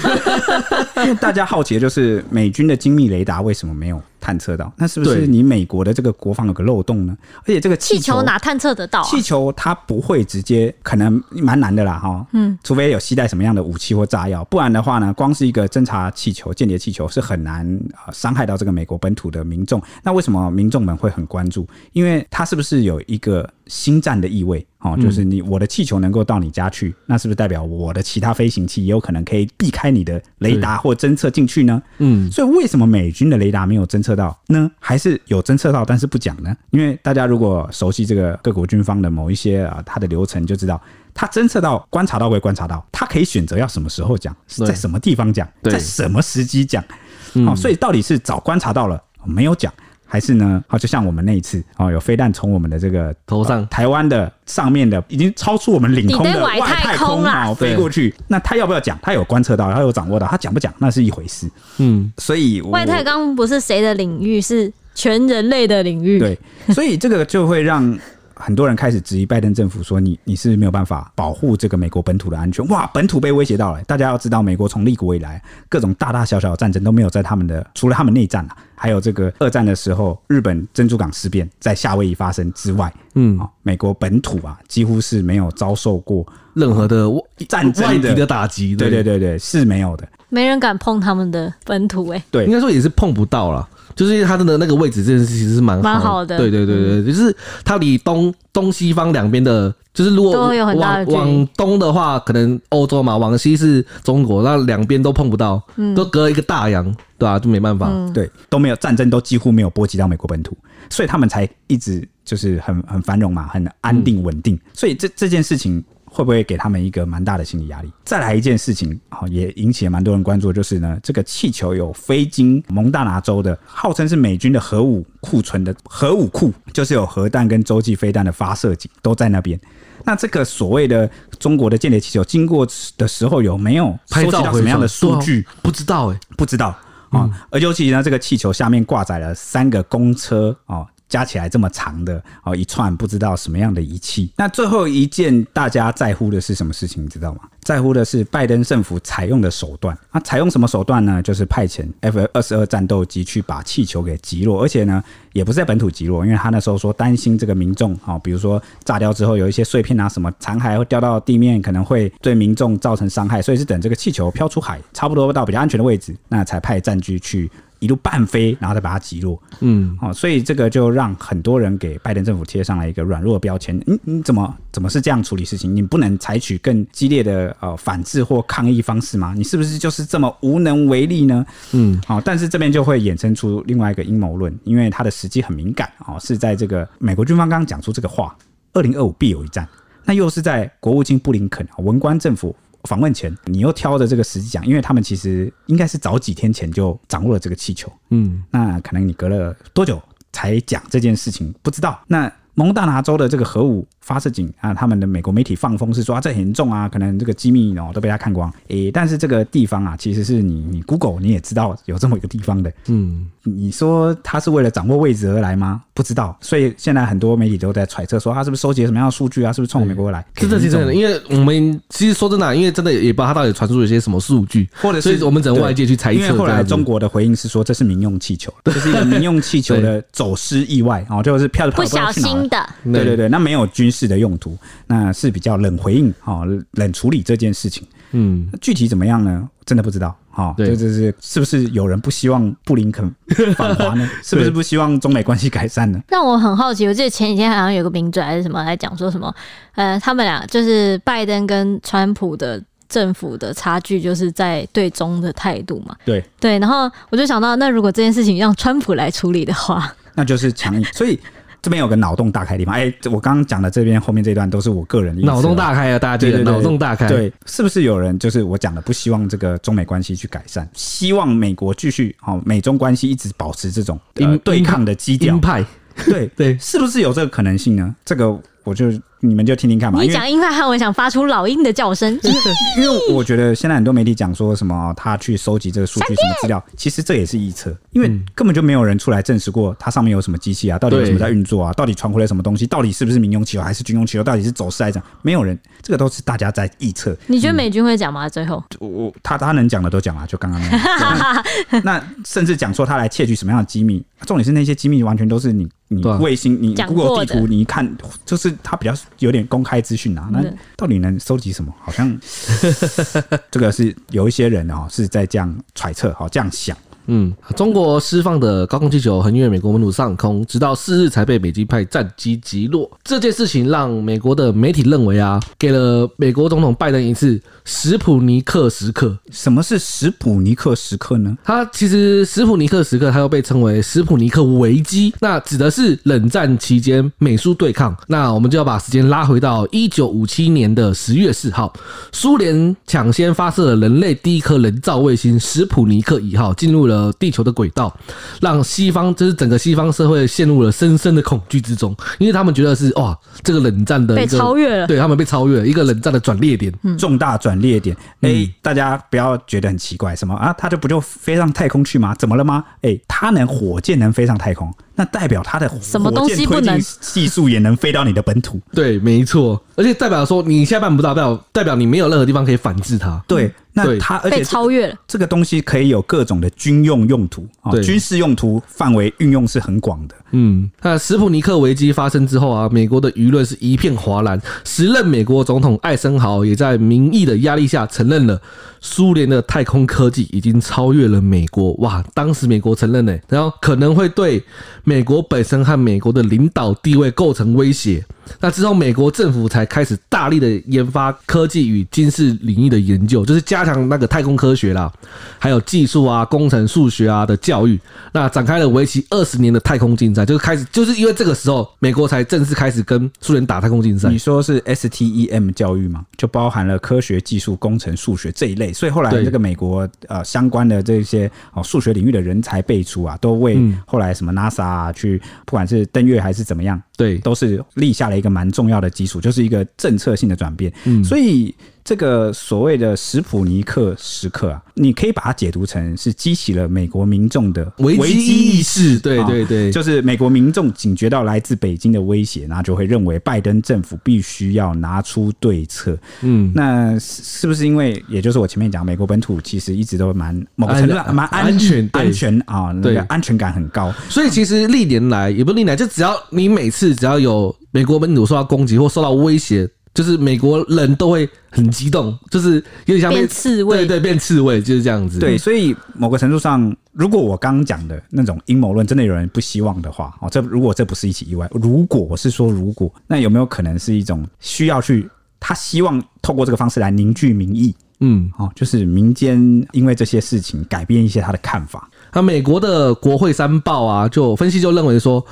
Speaker 3: 因为大家好奇的就是美军的精密雷达为什么没有探测到？那是不
Speaker 1: 对
Speaker 3: 是你美国的这个国防有个漏洞呢？而且这个
Speaker 2: 气
Speaker 3: 气
Speaker 2: 球哪探测得到、啊？
Speaker 3: 气球它不会直接，可能蛮难的啦，哈。嗯，除非有携带什么样的武器或炸药，不然的话呢，光是一个侦察气球、间谍气球是很难呃伤害到这个美国本土的民众。那为什么民众们会很关注？因为它是不是有一个星战的意味？哦，
Speaker 2: 嗯
Speaker 3: 就是你我的气球能够到你家去，那是不是代表我的其他飞行器也有可能可以避开你的雷达或侦测进去呢？
Speaker 1: 嗯，
Speaker 3: 所以为什么美军的雷达没有侦测到呢？还是有侦测到，但是不讲呢？因为大家如果熟悉这个各国军方的某一些啊，它的流程就知道，它侦测到、观察到归观察到，它可以选择要什么时候讲，
Speaker 1: 对
Speaker 3: 在什么地方讲，
Speaker 1: 对嗯
Speaker 3: 在什么时机讲。好、所以到底是早观察到了没有讲，还是呢？好，就像我们那一次哦，有飞弹从我们的这个
Speaker 1: 头上
Speaker 3: 呃台湾的上面的已经超出我们领空
Speaker 2: 你在
Speaker 3: 的
Speaker 2: 外
Speaker 3: 外
Speaker 2: 太
Speaker 3: 太
Speaker 2: 空
Speaker 3: 空
Speaker 2: 啦
Speaker 3: 啊飞过去，那他要不要讲？他有观测到，他有掌握到，他讲不讲那是一回事。
Speaker 1: 嗯，
Speaker 3: 所以我
Speaker 2: 外太空不是谁的领域，是全人类的领域。，
Speaker 3: 对，所以这个就会让很多人开始质疑拜登政府，说你你是没有办法保护这个美国本土的安全。哇，本土被威胁到了。大家要知道，美国从立国以来，各种大大小小的战争都没有在他们的除了他们内战啊，还有这个二战的时候日本珍珠港事变在夏威夷发生之外，
Speaker 1: 嗯
Speaker 3: 哦，美国本土啊几乎是没有遭受过。
Speaker 1: 任何的外
Speaker 3: 战争的
Speaker 1: 外敌的打击，
Speaker 3: 对对对对，是没有的。
Speaker 2: 没人敢碰他们的本土、欸，哎，
Speaker 3: 对
Speaker 1: 应该说也是碰不到啦，就是因为它真的那个位置，这件事其实是蛮
Speaker 2: 蛮好的嗯
Speaker 1: 对对对对，就是它离东东西方两边的，就是如果
Speaker 2: 都有很大的
Speaker 1: 往
Speaker 2: 距离
Speaker 1: 往东的话，可能欧洲嘛，往西是中国，那两边都碰不到，
Speaker 2: 嗯
Speaker 1: 都隔了一个大洋，对吧、就没办法。
Speaker 3: 对，都没有战争，都几乎没有波及到美国本土，所以他们才一直就是很很繁荣嘛，很安
Speaker 1: 嗯
Speaker 3: 定稳定。所以这这件事情会不会给他们一个蛮大的心理压力？再来一件事情，好、也引起了蛮多人关注，就是呢，这个气球有飞经蒙大拿州的，号称是美军的核武库存的核武库，就是有核弹跟洲际飞弹的发射井都在那边。那这个所谓的中国的间谍气球经过的时候，有没有收
Speaker 1: 拍
Speaker 3: 集
Speaker 1: 照
Speaker 3: 到
Speaker 1: 回
Speaker 3: 什么样的
Speaker 1: 首
Speaker 3: 数据？
Speaker 1: 对啊不知道哎、
Speaker 3: 不知道啊、哦而尤其呢，这个气球下面挂载了三个公车哦，加起来这么长的哦，一串不知道什么样的仪器。那最后一件大家在乎的是什么事情，你知道吗？在乎的是拜登政府采用的手段。那、采用什么手段呢？就是派遣 F 二十二战斗机去把气球给击落，而且呢，也不是在本土击落，因为他那时候说担心这个民众啊、哦，比如说炸掉之后有一些碎片啊什么残骸会掉到地面，可能会对民众造成伤害，所以是等这个气球飘出海，差不多到比较安全的位置，那才派战机去。一路半飞，然后再把它击落。嗯，哦，所以这个就让很多人给拜登政府贴上了一个软弱的标签。你、你怎么怎么是这样处理事情？你不能采取更激烈的呃反制或抗议方式吗？你是不是就是这么无能为力呢？
Speaker 1: 嗯，
Speaker 3: 好、但是这边就会衍生出另外一个阴谋论，因为它的时机很敏感哦，是在这个美国军方刚刚讲出这个话，二零二五必有一战，那又是在国务卿布林肯啊文官政府。访问前，你又挑着这个时机讲，因为他们其实应该是早几天前就掌握了这个气球，
Speaker 1: 嗯，
Speaker 3: 那可能你隔了多久才讲这件事情，不知道。那蒙大拿州的这个核武发射井啊，他们的美国媒体放风是说啊，这很严重啊，可能这个机密哦都被他看光。诶、但是这个地方啊，其实是你你 Google 你也知道有这么一个地方的，
Speaker 1: 嗯，
Speaker 3: 你说他是为了掌握位置而来吗？不知道。所以现在很多媒体都在揣测说，他啊是不是收集了什么样的数据啊？是不是冲美国而来？
Speaker 1: 是这是真的，因为我们其实说真的啊、因为真的也不知道他到底传输了些什么数据，
Speaker 3: 或者
Speaker 1: 所以
Speaker 3: 是
Speaker 1: 我们只能
Speaker 3: 对
Speaker 1: 外界去猜测
Speaker 3: 因
Speaker 1: 这
Speaker 3: 为
Speaker 1: 样子。
Speaker 3: 后来中国的回应是说，这是民用气 [laughs] 球，这是一个民用气球的走失意外哦，就是飘着飘
Speaker 2: 不
Speaker 3: 着知道
Speaker 2: 小
Speaker 3: 去哪了
Speaker 2: 心的。
Speaker 1: 对
Speaker 3: 对对对，那没有军事的用途，那是比较冷回应哦，冷处理这件事情。
Speaker 1: 嗯，
Speaker 3: 那具体怎么样呢？真的不知道。哦，
Speaker 1: 对
Speaker 3: 这就是是不是有人不希望布林肯访华
Speaker 1: [laughs]
Speaker 3: 呢？是不是不希望中美关系改善呢？
Speaker 2: 让我很好奇，我记得前几天好像有个名嘴还是什么来讲说什么，呃，他们俩就是拜登跟川普的政府的差距，就是在对中的态度嘛。
Speaker 3: 对，
Speaker 2: 对，然后我就想到，那如果这件事情让川普来处理的话，
Speaker 3: 那就是强硬。所以这边有个脑洞大开的地方。哎、这我刚刚讲的这边后面这段都是我个人的意思哦
Speaker 1: 脑洞大开啊，大家
Speaker 3: 对
Speaker 1: 记得
Speaker 3: 对对，
Speaker 1: 脑洞大开。
Speaker 3: 对，是不是有人就是我讲的，不希望这个中美关系去改善，希望美国继续哦，美中关系一直保持这种、呃
Speaker 1: 鹰、
Speaker 3: 对抗的基调
Speaker 1: 鹰。派，
Speaker 3: 对
Speaker 1: 对
Speaker 3: 是不是有这个可能性呢？这个我就你们就听听看吧，
Speaker 2: 你
Speaker 3: 因为
Speaker 2: 讲英派汉文想发出老鹰的叫
Speaker 3: [laughs]
Speaker 2: 声，
Speaker 3: 因为我觉得现在很多媒体讲说什么他去收集这个数据什么资料，其实这也是臆测，因为根本就没有人出来证实过它上面有什么机器啊，到底有什么在运作啊，到底传回来什么东西，到底是不是民用气球还是军用气球，到底是走势还是怎样，没有人，这个都是大家在臆测。
Speaker 2: 你觉得美军会讲吗？最后
Speaker 3: 我他他能讲的都讲了，就刚刚
Speaker 2: [laughs]
Speaker 3: 那样那甚至讲说他来窃取什么样的机密，重点是那些机密完全都是你你
Speaker 1: 对啊
Speaker 3: 卫星你
Speaker 2: 讲过
Speaker 3: Google
Speaker 2: 的
Speaker 3: 地图你一看，就是他比较有点公开资讯啊，那
Speaker 2: 对
Speaker 3: 到底能收集什么？好像
Speaker 1: [laughs]
Speaker 3: 这个是有一些人哦是在这样揣测，好这样想。
Speaker 1: 嗯，中国释放的高空气球横越美国本土上空，直到四日才被美军派战机击落。这件事情让美国的媒体认为啊，给了美国总统拜登一次史普尼克时刻。
Speaker 3: 什么是史普尼克时刻呢？
Speaker 1: 它其实史普尼克时刻，它又被称为史普尼克危机，那指的是冷战期间美苏对抗。那我们就要把时间拉回到一九五七年的十月四号，苏联抢先发射了人类第一颗人造卫星史普尼克一号，进入了地球的轨道，让西方就是整个西方社会陷入了深深的恐惧之中，因为他们觉得是哇，这个冷战的一
Speaker 2: 被
Speaker 1: 个
Speaker 2: 超越了。
Speaker 1: 对他们被超越了一个冷战的转捩点。
Speaker 2: 嗯
Speaker 3: 重大转捩点。哎、大家不要觉得很奇怪，什么啊，他就不就飞上太空去吗？怎么了吗？哎、他能火箭能飞上太空，那代表他的
Speaker 2: 什么东西不
Speaker 3: 火箭
Speaker 2: 能嗯
Speaker 3: 推进技术也能飞到你的本土。
Speaker 1: 对，没错，而且代表说你现在办不到，代表代表你没有任何地方可以反制它。
Speaker 3: 对，那
Speaker 1: 对
Speaker 3: 他而
Speaker 2: 被
Speaker 3: 且
Speaker 2: 超越了，
Speaker 3: 这个东西可以有各种的军用用途啊、
Speaker 1: 对
Speaker 3: 军事用途范围运用是很广的。
Speaker 1: 嗯，那史普尼克危机发生之后啊，美国的舆论是一片哗然。时任美国总统艾森豪也在民意的压力下承认了苏联的太空科技已经超越了美国。哇，当时美国承认呢、然后可能会对美国本身和美国的领导地位构成威胁。那之后，美国政府才开始大力的研发科技与军事领域的研究，就是加强那个太空科学啦，还有技术啊、工程、数学啊的教育。那展开了为期二十年的太空竞赛，就是开始，就是因为这个时候，美国才正式开始跟苏联打太空竞赛
Speaker 2: 嗯
Speaker 3: 你。说是 STEM 教育嘛，就包含了科学技术、工程、数学这一类，所以后来
Speaker 1: 对
Speaker 3: 这个美国呃相关的这些哦数学领域的人才辈出啊，都为
Speaker 1: 嗯
Speaker 3: 后来什么 NASA 啊去，不管是登月还是怎么样，
Speaker 1: 对，
Speaker 3: 都是立下了一个蛮重要的基础，就是一个政策性的转变。
Speaker 1: 嗯
Speaker 3: 所以这个所谓的史普尼克时刻啊，你可以把它解读成是激起了美国民众的
Speaker 1: 危机意识，对
Speaker 3: 啊
Speaker 1: 对对，
Speaker 3: 就是美国民众警觉到来自北京的威胁，那就会认为拜登政府必须要拿出对策。
Speaker 1: 嗯，
Speaker 3: 那是是不是因为，也就是我前面讲，美国本土其实一直都蛮某个程度上
Speaker 1: 安
Speaker 3: 蛮
Speaker 1: 安全对
Speaker 3: 安全啊，那
Speaker 1: 对
Speaker 3: 个安全感很高。
Speaker 1: 所以其实历年来也不是历年来，就只要你每次只要有美国本土受到攻击或受到威胁，就是美国人都会很激动，就是有点像被
Speaker 2: 变刺猬
Speaker 1: 对对，变刺猬就是这样子。
Speaker 3: 对，所以某个程度上，如果我刚讲的那种阴谋论真的有人不希望的话，哦，这如果这不是一起意外，如果我是说如果，那有没有可能是一种需要去他希望透过这个方式来凝聚民意？
Speaker 1: 嗯，
Speaker 3: 哦，就是民间因为这些事情改变一些他的看法。
Speaker 1: 那美国的国会山报啊，就分析就认为说，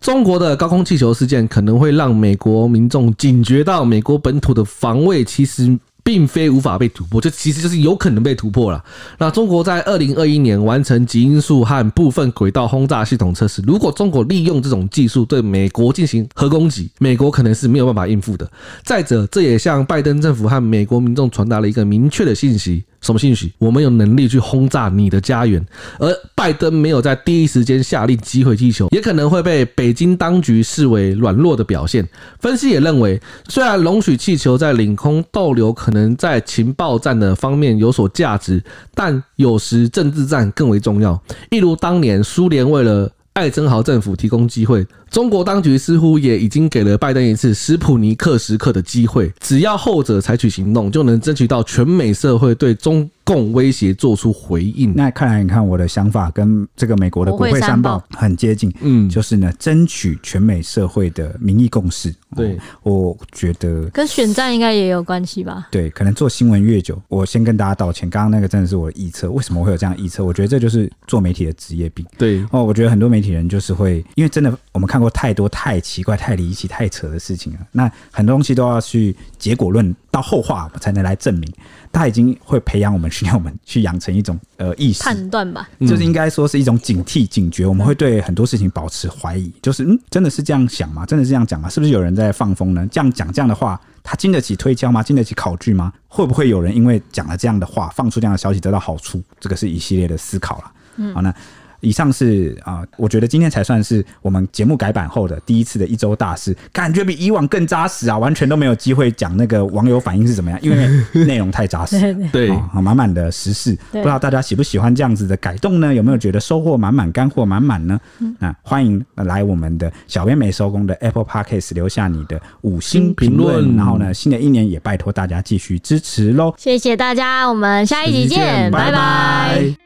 Speaker 1: 中国的高空气球事件可能会让美国民众警觉到美国本土的防卫其实。并非无法被突破，就其实就是有可能被突破了。那中国在二零二一年完成极音速和部分轨道轰炸系统测试。如果中国利用这种技术对美国进行核攻击，美国可能是没有办法应付的。再者，这也向拜登政府和美国民众传达了一个明确的信息：什么信息？我们有能力去轰炸你的家园。而拜登没有在第一时间下令击毁气球，也可能会被北京当局视为软弱的表现。分析也认为，虽然容许气球在领空逗留，可能在情报战的方面有所价值，但有时政治战更为重要。一如当年苏联为了艾森豪政府提供机会，中国当局似乎也已经给了拜登一次史普尼克时刻的机会，只要后者采取行动，就能争取到全美社会对中共威胁做出回应。
Speaker 3: 那看来你看我的想法跟这个美国的
Speaker 2: 国
Speaker 3: 国
Speaker 2: 会
Speaker 3: 会
Speaker 2: 山
Speaker 3: 山报很接近，
Speaker 1: 嗯
Speaker 3: 就是呢，争取全美社会的民意共识。
Speaker 1: 对
Speaker 3: 哦，我觉得
Speaker 2: 跟选战应该也有关系吧？
Speaker 3: 对，可能做新闻越久，我先跟大家道歉，刚刚那个真的是我的臆测。为什么会有这样的臆测？我觉得这就是做媒体的职业病。
Speaker 1: 对，
Speaker 3: 哦，我觉得很多媒体人就是会，因为真的我们看过太多太奇怪、太离奇、太扯的事情了。那很多东西都要去结果论到后话，我们才能来证明。他已经会培养我们，训练我们去养成一种呃意识，
Speaker 2: 判断吧。
Speaker 3: 就是应该说是一种警惕、警觉。我们会对很多事情保持怀疑，就是嗯，真的是这样想吗？真的是这样讲吗？是不是有人在放风呢？这样讲这样的话，他经得起推敲吗？经得起考据吗？会不会有人因为讲了这样的话，放出这样的消息得到好处？这个是一系列的思考了。嗯，好，那以上是啊、我觉得今天才算是我们节目改版后的第一次的一周大事，感觉比以往更扎实啊，完全都没有机会讲那个网友反应是怎么样，因为内容太扎实了。
Speaker 2: 对对
Speaker 1: 对
Speaker 3: 啊，好满满的时事，不
Speaker 2: 对
Speaker 3: 知道大家喜不喜欢这样子的改动呢？有没有觉得收获满满、干货满满呢？啊，欢迎来我们的小编没收工的 Apple Podcast 留下你的五星评
Speaker 1: 评
Speaker 3: 论，
Speaker 1: 论
Speaker 3: 然后呢，新的一年也拜托大家继续支持喽，
Speaker 2: 谢谢大家，我们下一集见，
Speaker 3: 拜
Speaker 2: 拜拜